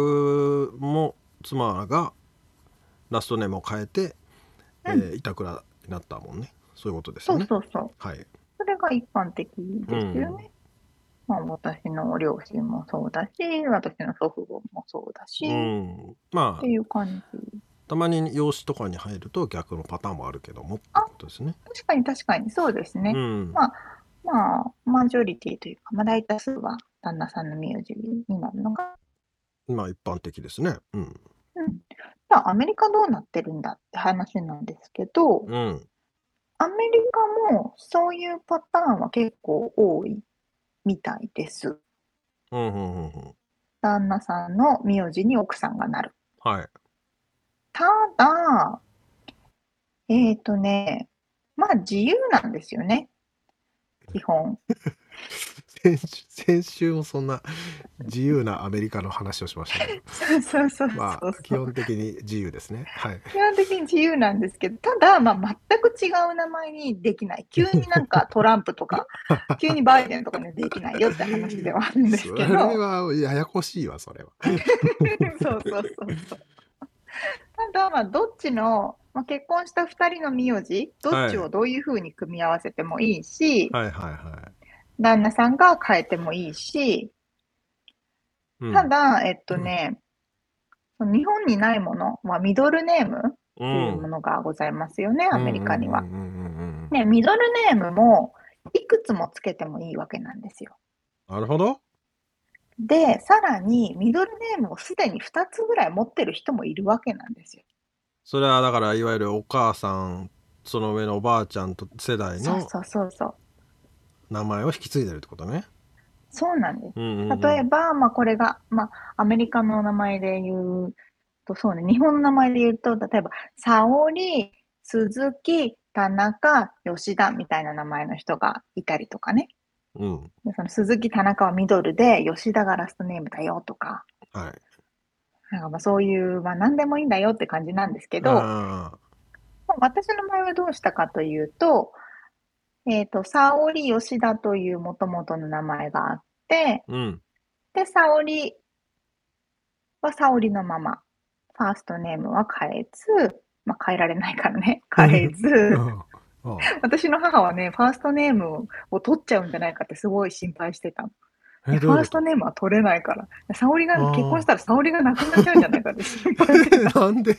Speaker 3: 僕も妻がラストネームを変えて、
Speaker 4: う
Speaker 3: え
Speaker 4: ん
Speaker 3: ー板倉になったもんね。そういうことです
Speaker 4: そ
Speaker 3: よ
Speaker 4: う
Speaker 3: ね。
Speaker 4: そうそう。
Speaker 3: はい。
Speaker 4: それが一般的ですよね。
Speaker 3: うん
Speaker 4: まあ、私の両親もそうだし、私の祖父母もそうだし、
Speaker 3: う
Speaker 4: っ
Speaker 3: ん。ま
Speaker 4: て
Speaker 3: あ
Speaker 4: いう感じ。
Speaker 3: たまに養子とかに入ると逆のパターンもあるけどもってことですね。
Speaker 4: 確かに確かにそうですね。
Speaker 3: うん
Speaker 4: ま。まあ、マジョリティというか、まあ、大多数は旦那さんの名字になるのが、
Speaker 3: まあ一般的ですね。うん。
Speaker 4: うん。まあ、アメリカどうなってるんだって話なんですけ
Speaker 3: う
Speaker 4: ど、
Speaker 3: ん。
Speaker 4: アメリカもそういうパターンは結構多いみたいです。
Speaker 3: うんうんうんうん。
Speaker 4: 旦那さんの名字に奥さんがなる。
Speaker 3: はい。
Speaker 4: ただ、えっ、とね、まあ自由なんですよね。基 本。
Speaker 3: 先週先週もそんな自由なアメリカの話をしました けど、
Speaker 4: そうそうそう
Speaker 3: ま
Speaker 4: そう
Speaker 3: あ、基
Speaker 4: そう。
Speaker 3: 本的に自由ですね。はい。
Speaker 4: 基本的に自由なんですけど、ただ、まあ、全く違う名前にでき ない。急になんかトランプとか、急にバイデンとかにできないよって話ではあるんです
Speaker 3: そ
Speaker 4: け
Speaker 3: れ
Speaker 4: ど。
Speaker 3: はややこしいわ、それは。
Speaker 4: そうそうそうそう。ただまあどっちの、まあ、結婚した2人の名字どっち
Speaker 3: は
Speaker 4: をどういうふうに組み合わせてもいいし、
Speaker 3: はいはいは
Speaker 4: 旦那さんが変えてもいいし
Speaker 3: い。うん
Speaker 4: ただ、えっとね、日本にないもの、まあ、ミドルネーム
Speaker 3: う
Speaker 4: というも
Speaker 3: ん
Speaker 4: のがございますよね、アメリカには、
Speaker 3: うんうんうんうんうん
Speaker 4: ね。ミドルネームもいくつもつけてもいいわけなんですよ。
Speaker 3: なるほど。
Speaker 4: で、さらにミドルネームをすでに2つぐらい持ってる人もいるわけなんですよ。
Speaker 3: それはだからいわゆるお母さんその上のおばあちゃんと世代
Speaker 4: そう
Speaker 3: の
Speaker 4: そうそうそう。
Speaker 3: 名前を引き継いでるってことね。
Speaker 4: そうなんです。
Speaker 3: うんうんうん
Speaker 4: 例えば、まあ、これが、まあ、アメリカの名前で言うと、そうね、日本の名前で言うと、例えば、沙織、鈴木、田中、吉田みたいな名前の人がいたりとかね。
Speaker 3: うん。
Speaker 4: でその鈴木、田中はミドルで、吉田がラストネームだよとか、
Speaker 3: はい。
Speaker 4: なんかまあそういう、まあ、何でもいいんだよって感じなんですけど、
Speaker 3: あ
Speaker 4: まあ私の場合はどうしたかというと、えっ、と、沙織、吉田というもともとの名前があって、
Speaker 3: ー うん。
Speaker 4: で、沙織は沙織のまま。ファーストネームは変えず、まあ、変えられないからね、変えず
Speaker 3: う、んうん
Speaker 4: 私の母はね、ファーストネームを取っちゃうんじゃないかってすごい心配してたの。
Speaker 3: え
Speaker 4: フ
Speaker 3: どうい
Speaker 4: ァー
Speaker 3: う
Speaker 4: ス
Speaker 3: こと
Speaker 4: トネームは取れないから。沙織が
Speaker 3: あー
Speaker 4: 結婚したら沙織がなくなっちゃうんじゃないかって心配して
Speaker 3: なんで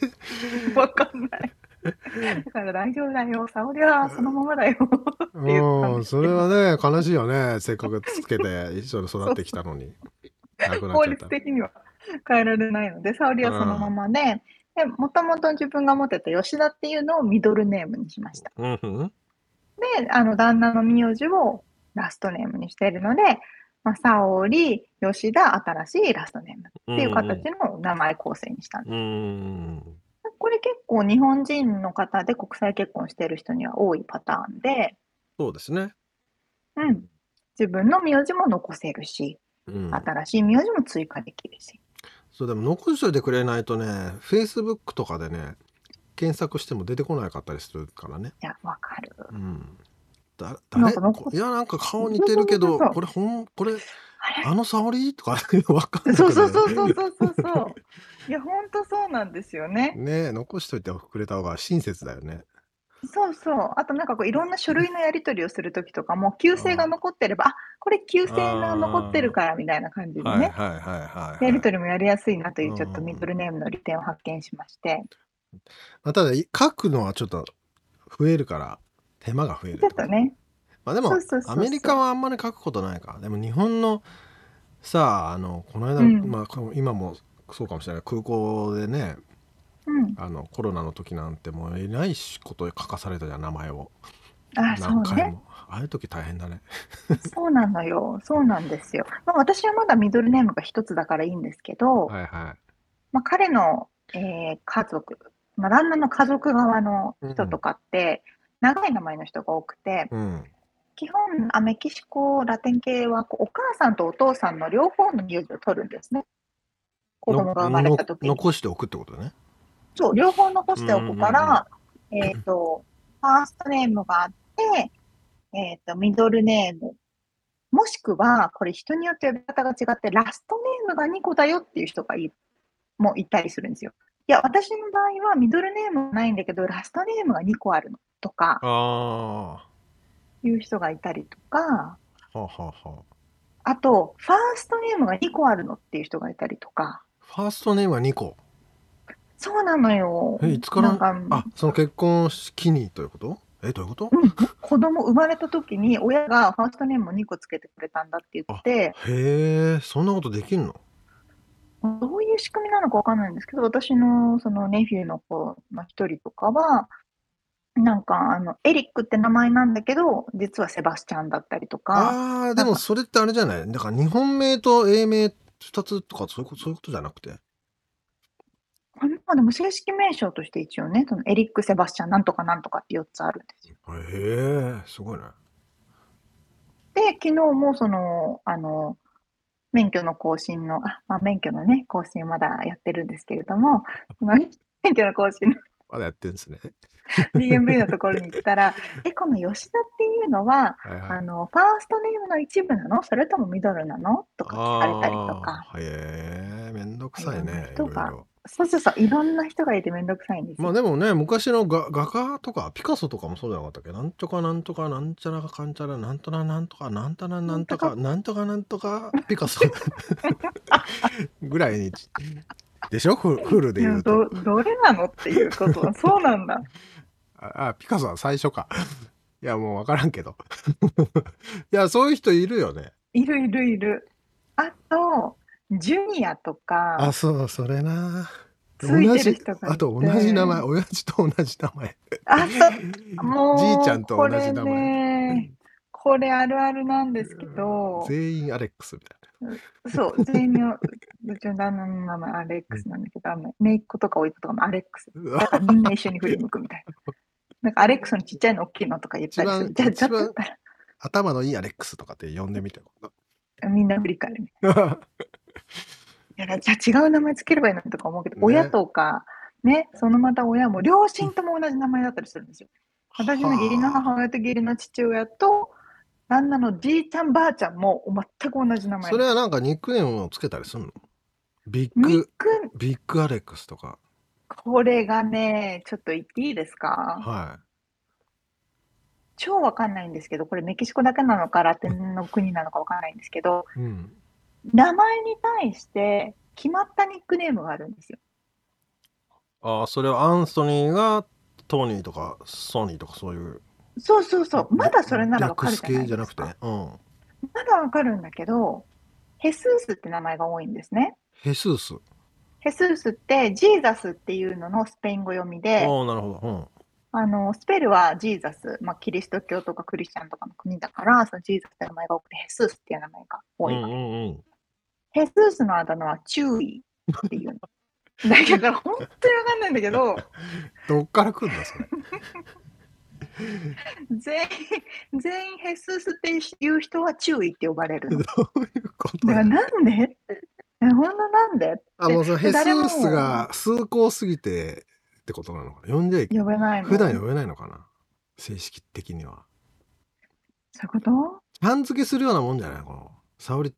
Speaker 4: た。わかんない。だから大丈夫だよ、沙織はそのままだよ。っていう感じ
Speaker 3: うん、それはね、悲しいよね。せっかくつけて、一緒に育ってきたの に。なくなっ
Speaker 4: 法
Speaker 3: ちゃっ
Speaker 4: 律
Speaker 3: た。
Speaker 4: 的には変えられないので、沙織はそのままで、で、もともと自分が持ってた吉田っていうのをミドルネームにしました。
Speaker 3: うんうん。
Speaker 4: で、あの、旦那の名字をラストネームにしているので、まあ、沙織、吉田、新しいラストネームっていう形の名前構成にしたんです。
Speaker 3: うんうん。
Speaker 4: これ結構日本人の方で国際結婚している人には多いパターンで、
Speaker 3: そうですね。
Speaker 4: うん。自分の名字も残せるし、
Speaker 3: うん。
Speaker 4: 新しい名字も追加できるし。
Speaker 3: そう、でも残しといてくれないとね、Facebook とかでね、検索しても出てこなかったりするからね。
Speaker 4: いや、わかる。
Speaker 3: うん。だ
Speaker 4: な
Speaker 3: 誰
Speaker 4: んか残
Speaker 3: いや、なんか顔似てるけど、
Speaker 4: そうそうそうそう
Speaker 3: これ、ほん、これ、
Speaker 4: あれ
Speaker 3: あの沙織とか、 わかんない、
Speaker 4: そうそうそうそうそうそうそう。いや、ほんとそうなんですよね。
Speaker 3: ねえ残しといてくれた方が親切だよね。
Speaker 4: そうそう。あとなんかこういろんな書類のやり取りをするときとかも、旧姓が残ってれば、あ、これ旧姓が残ってるからみたいな感じでね、
Speaker 3: はいはいは
Speaker 4: やり取りもやりやすいなといううんちょっとミドルネームの利点を発見しまして、
Speaker 3: まあ、ただい書くのはちょっと増えるから手間が増える
Speaker 4: ちょっとね、
Speaker 3: まあでも
Speaker 4: そうそうそうそう
Speaker 3: アメリカはあんまり書くことないからでも日本のさああのこの間、
Speaker 4: うん
Speaker 3: まあこの、今もそうかもしれない空港でね
Speaker 4: うん。
Speaker 3: あのコロナの時なんてもうえらいこと書かされたじゃん名前を
Speaker 4: あ、そう
Speaker 3: 何回
Speaker 4: ね。
Speaker 3: も、ああいう時大変だね
Speaker 4: そうなのよ。そうなんですよ。まあ私はまだミドルネームが一つだからいいんですけど、
Speaker 3: はいは
Speaker 4: まあ、彼の、えー家族、まあ、旦那の家族側の人とかって、長い名前の人が多くて、
Speaker 3: いうん
Speaker 4: 基本あ、メキシコ、ラテン系はこうお母さんとお父さんの両方の名字を取るんですね。子供が生まれた時
Speaker 3: の
Speaker 4: に。
Speaker 3: 残しておくってことね
Speaker 4: そう、両方残しておく
Speaker 3: う
Speaker 4: か
Speaker 3: んうん
Speaker 4: ら、えっと、ファーストネームがあって、えっと、ミドルネーム。もしくは、これ人によって呼び方が違って、ラストネームが2個だよっていう人がいもういたりするんですよ。いや、私の場合はミドルネームはないんだけど、ラストネームが2個あるのとか
Speaker 3: あ
Speaker 4: いう人がいたりとか、
Speaker 3: あはあはあはあ
Speaker 4: あと、ファーストネームが2個あるのっていう人がいたりとか、
Speaker 3: ファーストネームは2個
Speaker 4: そうなのよ。
Speaker 3: えいつから
Speaker 4: なんか
Speaker 3: あその結婚式にということえどういうこと
Speaker 4: 子供生まれた時に親がファーストネームを2個つけてくれたんだって言っ
Speaker 3: へ
Speaker 4: て、
Speaker 3: えそんなことできんの
Speaker 4: どういう仕組みなのかわかんないんですけど、私のそのネフィーの子の一人とかは、なんかあの、エリックって名前なんだけど、実はセバスチャンだったりとか、
Speaker 3: ああー
Speaker 4: な
Speaker 3: で
Speaker 4: んか
Speaker 3: もそれってあれじゃないだから日本名と英名2つとかそういうことそういうことじゃなくて
Speaker 4: これまあでも正式名称として一応ね、そのエリック、セバスチャン、なんとかなんとかって4つあるんですよ。
Speaker 3: へえすごいね
Speaker 4: で、昨日もその、あの、免許の更新の、あ、まあ、免許のね、更新まだやってるんですけれど も、その免許の更新の
Speaker 3: まだやってるんですね
Speaker 4: DMV のところに行ったら、 え、この吉田っていうのは、
Speaker 3: はいは
Speaker 4: あ
Speaker 3: い
Speaker 4: の、ファーストネームの一部なのそれともミドルなのとか聞かれたりとか。
Speaker 3: あーへえめんどくさいねい
Speaker 4: いろ
Speaker 3: ろい
Speaker 4: んな人が
Speaker 3: ろ
Speaker 4: そうそうそう、いろんな人がいてめんどくさいんですよ。
Speaker 3: まあでもね昔の画画家とかピカソとかもそうじゃなかったっけなんとかなんとかなんちゃらかかんちゃらなんとななんとかなんたらなんとかなんとかなんとかピ カソぐらいにでしょフルフルで
Speaker 4: い
Speaker 3: 言
Speaker 4: や
Speaker 3: うと
Speaker 4: ど、どれなのっていう こと。そうなんだ。
Speaker 3: ああピカソは最初か いやもう分からんけど いやそういう人いるよね
Speaker 4: いるいるいる。あと、ジュニアとか、
Speaker 3: あそうそれな
Speaker 4: つ
Speaker 3: 同
Speaker 4: いてる
Speaker 3: じ
Speaker 4: 人がいて。
Speaker 3: あと同じ名前。親父と同じ名前
Speaker 4: あ、そう。もう、
Speaker 3: じいちゃんと同じ名前
Speaker 4: これね、これあるあるなんですけど、
Speaker 3: 全員アレックスみたい
Speaker 4: そう、全員の、うちの旦那の名前アレックスなんだけど、あの、姪っ子とか甥っ子とかもアレックス。
Speaker 3: なう
Speaker 4: だ
Speaker 3: わ
Speaker 4: からみんな一緒に振り向くみた いな。なんかアレックスのちっちゃいの大きいのとか言ったりする。
Speaker 3: 一番
Speaker 4: じゃあ、
Speaker 3: 一
Speaker 4: ちょ
Speaker 3: 番
Speaker 4: っとやった
Speaker 3: 頭のいいアレックスとかって呼んでみ て
Speaker 4: らみんな振り返るみたい
Speaker 3: 今
Speaker 4: な。いやじゃあ違う名前つければいいのにとか思うけど、
Speaker 3: ね
Speaker 4: 親とか、ね、そのまた親も両親とも同じ名前だったりするんですよ。私の義理の母親と義理の父親と、旦那のじいちゃんばあちゃんも全く同じ名前
Speaker 3: それはなんかニックネームをつけたりするのビッ
Speaker 4: ニッ
Speaker 3: グ
Speaker 4: ク
Speaker 3: ビッグアレックスとか
Speaker 4: これがね、ちょっと言っていいですか
Speaker 3: は
Speaker 4: 超わかんないんですけど、これメキシコだけなのかラテンの国なのかわかんないんですけど、
Speaker 3: い、うん、
Speaker 4: 名前に対して決まったニックネームがあるんですよ。
Speaker 3: ああそれはアンソニーがトニーとかソニーとかそういう
Speaker 4: そうそうそう、まだそれならわか
Speaker 3: 略
Speaker 4: るじゃな
Speaker 3: 式
Speaker 4: い
Speaker 3: じゃ
Speaker 4: で
Speaker 3: な
Speaker 4: す
Speaker 3: く
Speaker 4: か
Speaker 3: て。うん
Speaker 4: まだわかるんだけど、ヘスースって名前が多いんですね。
Speaker 3: ヘスース
Speaker 4: ヘスースってジーザスっていうののスペイン語読
Speaker 3: あ
Speaker 4: み
Speaker 3: あ
Speaker 4: で、
Speaker 3: なるほど
Speaker 4: あの、スペルはジーザス、まあ、キリスト教とかクリスチャンとかの国だから、そのジーザスって名前が多くて、ヘスースっていう名前が
Speaker 3: う
Speaker 4: 多い
Speaker 3: ん、うんうんうん
Speaker 4: ヘスースのあだ名は注意って いうの。だから本当にわかんないんだけど、
Speaker 3: どっから来るんだそれ
Speaker 4: 全員、全員ヘスースっていう人は注意って呼ばれるの。だ
Speaker 3: どういうこと
Speaker 4: から
Speaker 3: や
Speaker 4: なんでってえほんななんで
Speaker 3: あもうそのヘス
Speaker 4: 誰も
Speaker 3: ースが崇高すぎてってことなのかな呼んじゃい
Speaker 4: 呼べないの
Speaker 3: 普段
Speaker 4: そう
Speaker 3: 呼べないのかな正式的には
Speaker 4: いうこと
Speaker 3: ちゃん付けするようなもんじゃないこの沙織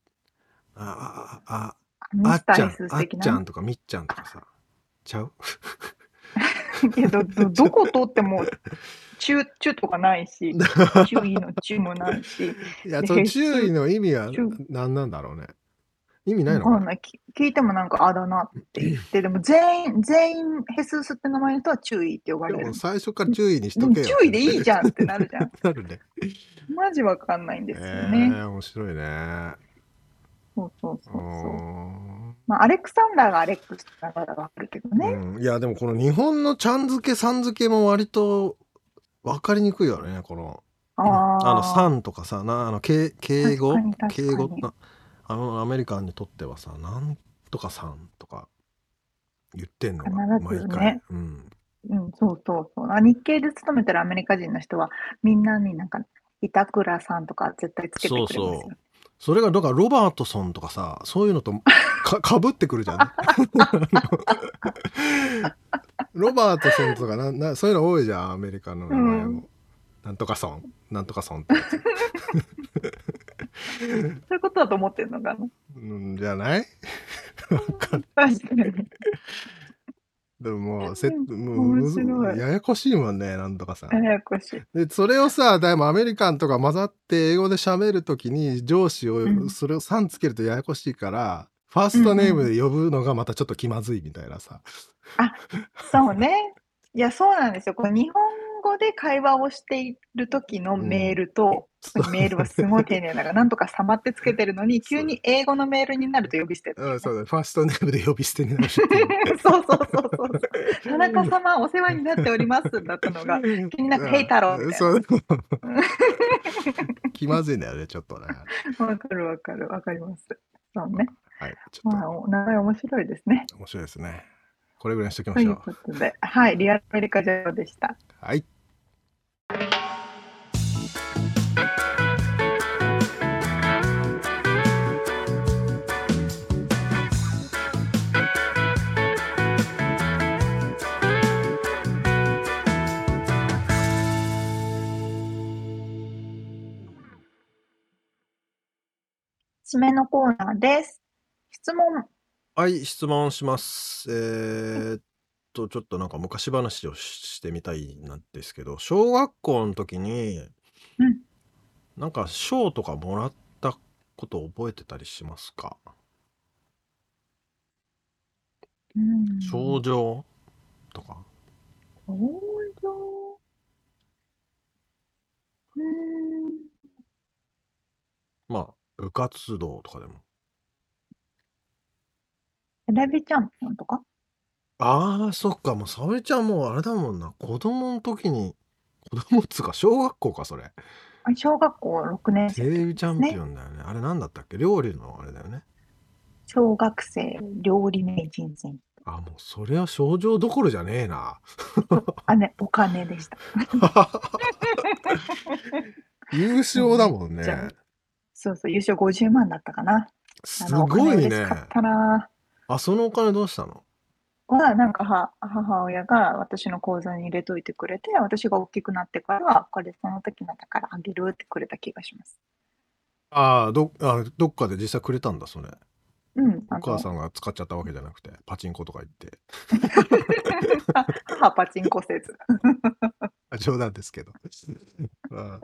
Speaker 3: ああああ
Speaker 4: ミ
Speaker 3: あっ
Speaker 4: スター
Speaker 3: ちゃ
Speaker 4: ヘ
Speaker 3: ん
Speaker 4: スース
Speaker 3: あっ
Speaker 4: 的
Speaker 3: ちゃ
Speaker 4: な。
Speaker 3: んとかみっちゃんとかさちゃう
Speaker 4: いやどどどこ通っても、中、中とかない し、注意の中もないし、
Speaker 3: いや
Speaker 4: で
Speaker 3: その
Speaker 4: ヘス
Speaker 3: 注意の意味は
Speaker 4: 注
Speaker 3: 何なんだろうね意味ない
Speaker 4: わ
Speaker 3: の
Speaker 4: か
Speaker 3: か
Speaker 4: ん
Speaker 3: な
Speaker 4: ない。き聞いてもなんかあだ名って言って、でも全員、全員ヘスースって名前の人は注意って呼ば
Speaker 3: で
Speaker 4: れる
Speaker 3: も。最初から注意にし
Speaker 4: で
Speaker 3: と
Speaker 4: も
Speaker 3: けよ
Speaker 4: 注意でいいじゃんってなるじゃん。
Speaker 3: なるね
Speaker 4: マジわかんないんですよ
Speaker 3: ええ
Speaker 4: ね。
Speaker 3: ー、面白いね
Speaker 4: そうそう
Speaker 3: う
Speaker 4: そうそう。
Speaker 3: ーん
Speaker 4: まあ、アレクサンダーがアレックスだからわかるけどね。
Speaker 3: うん、いやでもこの日本のちゃん付けさん付けも割と分かりにくいよねこの
Speaker 4: ああ。
Speaker 3: のさんとかさなあの敬敬語
Speaker 4: 確かに確か
Speaker 3: 敬
Speaker 4: に
Speaker 3: 語なあのアメリカンにとってはさなんとかさんとか言ってんのが
Speaker 4: 必
Speaker 3: 毎
Speaker 4: ずね
Speaker 3: 回、うん、
Speaker 4: うん、そうそうそう。あ日系で勤めてるアメリカ人の人は、みんなになんか、板倉さんとか絶対つけてくれますよ。
Speaker 3: そうそうそれがだからロバートソンとかさそういう のとかかぶってくるじゃん あのロバートソンとかななそういうの多いじゃんアメリカの名前も、
Speaker 4: うん
Speaker 3: なんとかソンなんとかソンってやつ、
Speaker 4: そういうことだと思ってるのかな。
Speaker 3: うん、じゃない
Speaker 4: 確かに。
Speaker 3: でももうせ
Speaker 4: うん
Speaker 3: もう
Speaker 4: 面白い
Speaker 3: ややこしいもんねなんとかさん
Speaker 4: ややこしい。
Speaker 3: でそれをさでもアメリカンとか混ざって英語で喋るときに上司
Speaker 4: ん
Speaker 3: をそれを「さん」つけるとややこしいから、ファーストネームで呼ぶのがまたちょっと気まずいみたいなさ、
Speaker 4: そうね。いや、そうなんですよ。これ日本語で会話をしている時のメールと、メールはすごい丁寧だから、なんとかさまってつけてるのに、急に英語のメールになると呼び捨てる。
Speaker 3: うん、そうだファーストネームで呼び捨てになるっていう
Speaker 4: そうそうそうそう。田中様、お世話になっておりますだったのが、気になく、ヘイ太郎みたい
Speaker 3: そう 気まずいんだよねちょっとね
Speaker 4: な。わかるわかる、わかります。そうね。
Speaker 3: はいちょっ
Speaker 4: まあ、お名前面白いですね。
Speaker 3: と面白いですねこれぐらいにしときま
Speaker 4: と
Speaker 3: し
Speaker 4: い
Speaker 3: ょ
Speaker 4: う
Speaker 3: う
Speaker 4: ことで、はい、リアルアメリカ情報でした。
Speaker 3: はい
Speaker 4: 締めのコーナーです。質問。
Speaker 3: はい、質問します。えーっと、ちょっとなんか昔話をししてみたいなんですけど、小学校の時に
Speaker 4: うん、
Speaker 3: なんか賞とかもらったこと覚えてたりしますか
Speaker 4: うん
Speaker 3: 賞状とか。
Speaker 4: そうよ。うーん。
Speaker 3: まあ、部活動とかでも。
Speaker 4: テレビチャンピオンとか
Speaker 3: ああ、そっか。もう、沙織ちゃんもうあれだもんな。子供の時に、子供っつうか、小学校か、それ。
Speaker 4: あ小学校6年
Speaker 3: テ
Speaker 4: 生、
Speaker 3: レビチャンピオンだよね。あれなんだったっけ料理のあれだよね。
Speaker 4: 小学生料理名人選。
Speaker 3: あ、もう、それは症状どころじゃねえな。
Speaker 4: あ、ね、お金でした。
Speaker 3: 優勝だもんね。
Speaker 4: じゃあそうそう、優勝50万だったかな。あ
Speaker 3: す
Speaker 4: の
Speaker 3: ご
Speaker 4: お金
Speaker 3: い
Speaker 4: 嬉
Speaker 3: ね
Speaker 4: し。かったな。
Speaker 3: あ、そのお金どうしたの
Speaker 4: は、なんかは母親が私の口座に入れといてくれて、私が大きくなってから、これその時のだからあげるってくれた気がします。
Speaker 3: ああ、どあどっかで実際くれたんだ、それ。
Speaker 4: うん、あ
Speaker 3: お母
Speaker 4: の
Speaker 3: さんが使っちゃったわけじゃなくて、パチンコとか行って。
Speaker 4: 母パチンコせず。
Speaker 3: あ冗談ですけど。 あ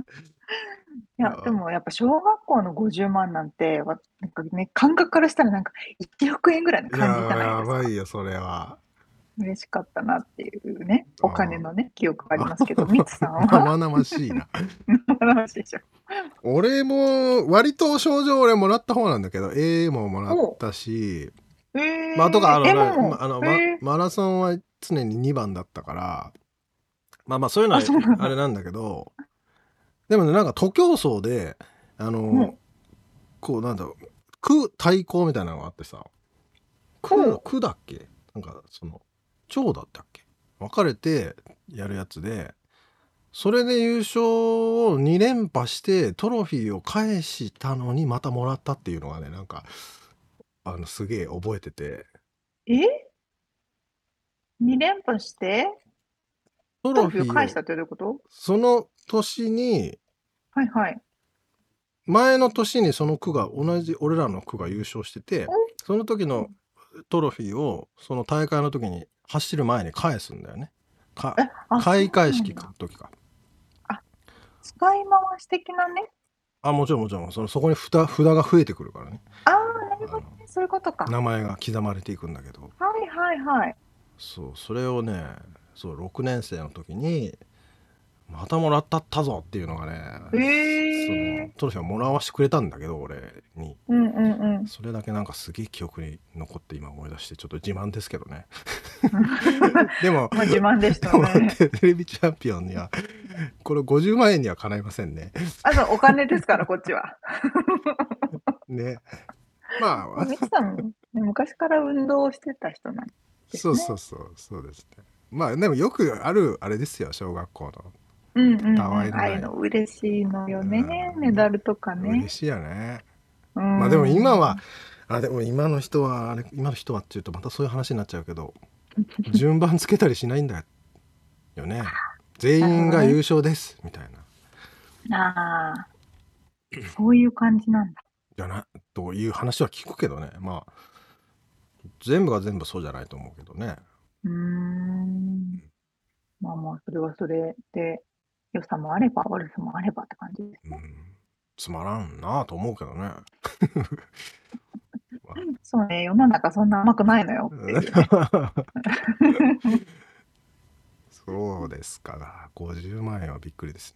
Speaker 4: いや
Speaker 3: あ、ー
Speaker 4: でもやっぱ小学校の50万なんて、わなんかね、感覚からしたらなんか1億円ぐらいの
Speaker 3: ーい
Speaker 4: 感じじゃ
Speaker 3: やー
Speaker 4: ない
Speaker 3: や
Speaker 4: ですか
Speaker 3: ば。いよ、それ は。
Speaker 4: 嬉しかったなっていうね、
Speaker 3: あー
Speaker 4: お金のね、記憶があります けど、ミツさんは、
Speaker 3: 生々しいな。
Speaker 4: 話でしょ。
Speaker 3: 俺も、割と賞状俺もらった方なんだけど、A ももらったし、
Speaker 4: え
Speaker 3: まあ、とか、あの、
Speaker 4: え
Speaker 3: ま
Speaker 4: も
Speaker 3: あの
Speaker 4: え
Speaker 3: まマラソンは常に2番だったから、まあまあ、そういうのは
Speaker 4: あそうなんだ
Speaker 3: あれなんだけど、でもね、なんか徒競走で、あの、
Speaker 4: うん
Speaker 3: こう、なんだろう、区対抗みたいなのがあってさ、区
Speaker 4: う
Speaker 3: の区だっけなんか、その、町だったっけ分かれてやるやつで、それで優勝を2連覇してトロフィーを返したのにまたもらったっていうのがね、なんか、あの、すげえ覚えてて、
Speaker 4: え ?2 連覇して、
Speaker 3: ト
Speaker 4: ト
Speaker 3: ロ
Speaker 4: ロ
Speaker 3: フ
Speaker 4: フ
Speaker 3: ィ
Speaker 4: ィ
Speaker 3: ー
Speaker 4: ーを返した
Speaker 3: を
Speaker 4: ってどういうこと
Speaker 3: その年に
Speaker 4: はいはい。
Speaker 3: 前の年にその区が同じ俺らの区が優勝しててその時のトロフィーをその大会の時に走る前に返すんだよね。か
Speaker 4: え、あ、
Speaker 3: 開会
Speaker 4: そうな
Speaker 3: 式
Speaker 4: んだ
Speaker 3: か時か。
Speaker 4: 使い回し的なね。
Speaker 3: あもちろんもちろんそのそこに札札が増えてくるからね
Speaker 4: ああ、なるほどね。そういうことか。は
Speaker 3: 名前が刻まれていくんだけど
Speaker 4: いはいはい。
Speaker 3: そうそれをねそう6年生の時にまたもらったったぞっていうのがね、そ
Speaker 4: え
Speaker 3: の
Speaker 4: え。
Speaker 3: トロフィーをもらわしてくれたんだけど俺に。
Speaker 4: うんうんうん。
Speaker 3: それだけなんかすげえ記憶に残って今思い出してちょっと自慢ですけど ねでも
Speaker 4: まあ自慢でし
Speaker 3: で
Speaker 4: た
Speaker 3: も
Speaker 4: ね。
Speaker 3: テレビチャンピオンにはこれ50万円にはかないませんね
Speaker 4: あとお金で すから、こっちは。
Speaker 3: ねまあ
Speaker 4: ミツさん、ね昔から運動してた人なんです
Speaker 3: そ
Speaker 4: ね。
Speaker 3: うそうそうそうですねまあでもよくあるあれですよ小学校
Speaker 4: うんうんうん。
Speaker 3: たわいの
Speaker 4: あ
Speaker 3: な
Speaker 4: あ
Speaker 3: い
Speaker 4: いうの嬉しいのよね。
Speaker 3: うん
Speaker 4: メダルとか
Speaker 3: の、
Speaker 4: ね
Speaker 3: 嬉。しいよね
Speaker 4: ま
Speaker 3: まあでも今はあでも今の人はあれ今の人はっていうとまたそういう話になっちゃうけ ど順番つけたりしないんだよね全員が優勝ですみたいな
Speaker 4: ああ、そういう感じなんだ。
Speaker 3: じゃないという話は聞くけどねまあ全部が全部そうじゃないと思うけどね
Speaker 4: うーん。まあまあ、それはそれで、良さもあれば、悪さもあればって感じです
Speaker 3: う
Speaker 4: ね。
Speaker 3: んつまらんなあと思うけどね
Speaker 4: そうね、世の中そんな甘くないのよ。
Speaker 3: そうですか50万円はびっくりです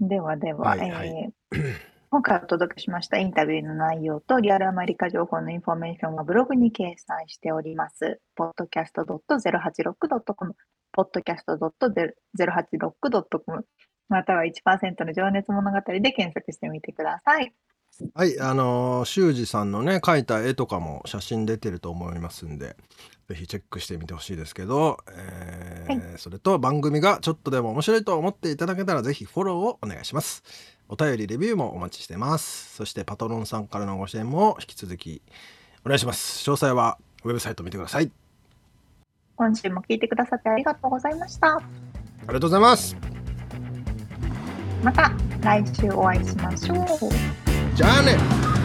Speaker 3: ね
Speaker 4: ではでは、
Speaker 3: はいはい
Speaker 4: えー今回お届けしましたインタビューの内容とリアルアメリカ情報のインフォメーションはブログに掲載しております。podcast.086.com、podcast.086.com、または1%の情熱物語で検索してみてください。
Speaker 3: はいあのー修二さんのね描いた絵とかも写真出てると思いますんでぜひチェックしてみてほしいですけど、えーそれと番組がちょっとでも面白いと思っていただけたらぜひフォローをお願いしますお便りレビューもお待ちしてますそしてパトロンさんからのご支援も引き続きお願いします詳細はウェブサイト見てください
Speaker 4: 今週も聞いてくださってありがとうございました。
Speaker 3: ありがとうございます
Speaker 4: また来週お会いしましょう。
Speaker 3: じゃあね
Speaker 4: バイバイ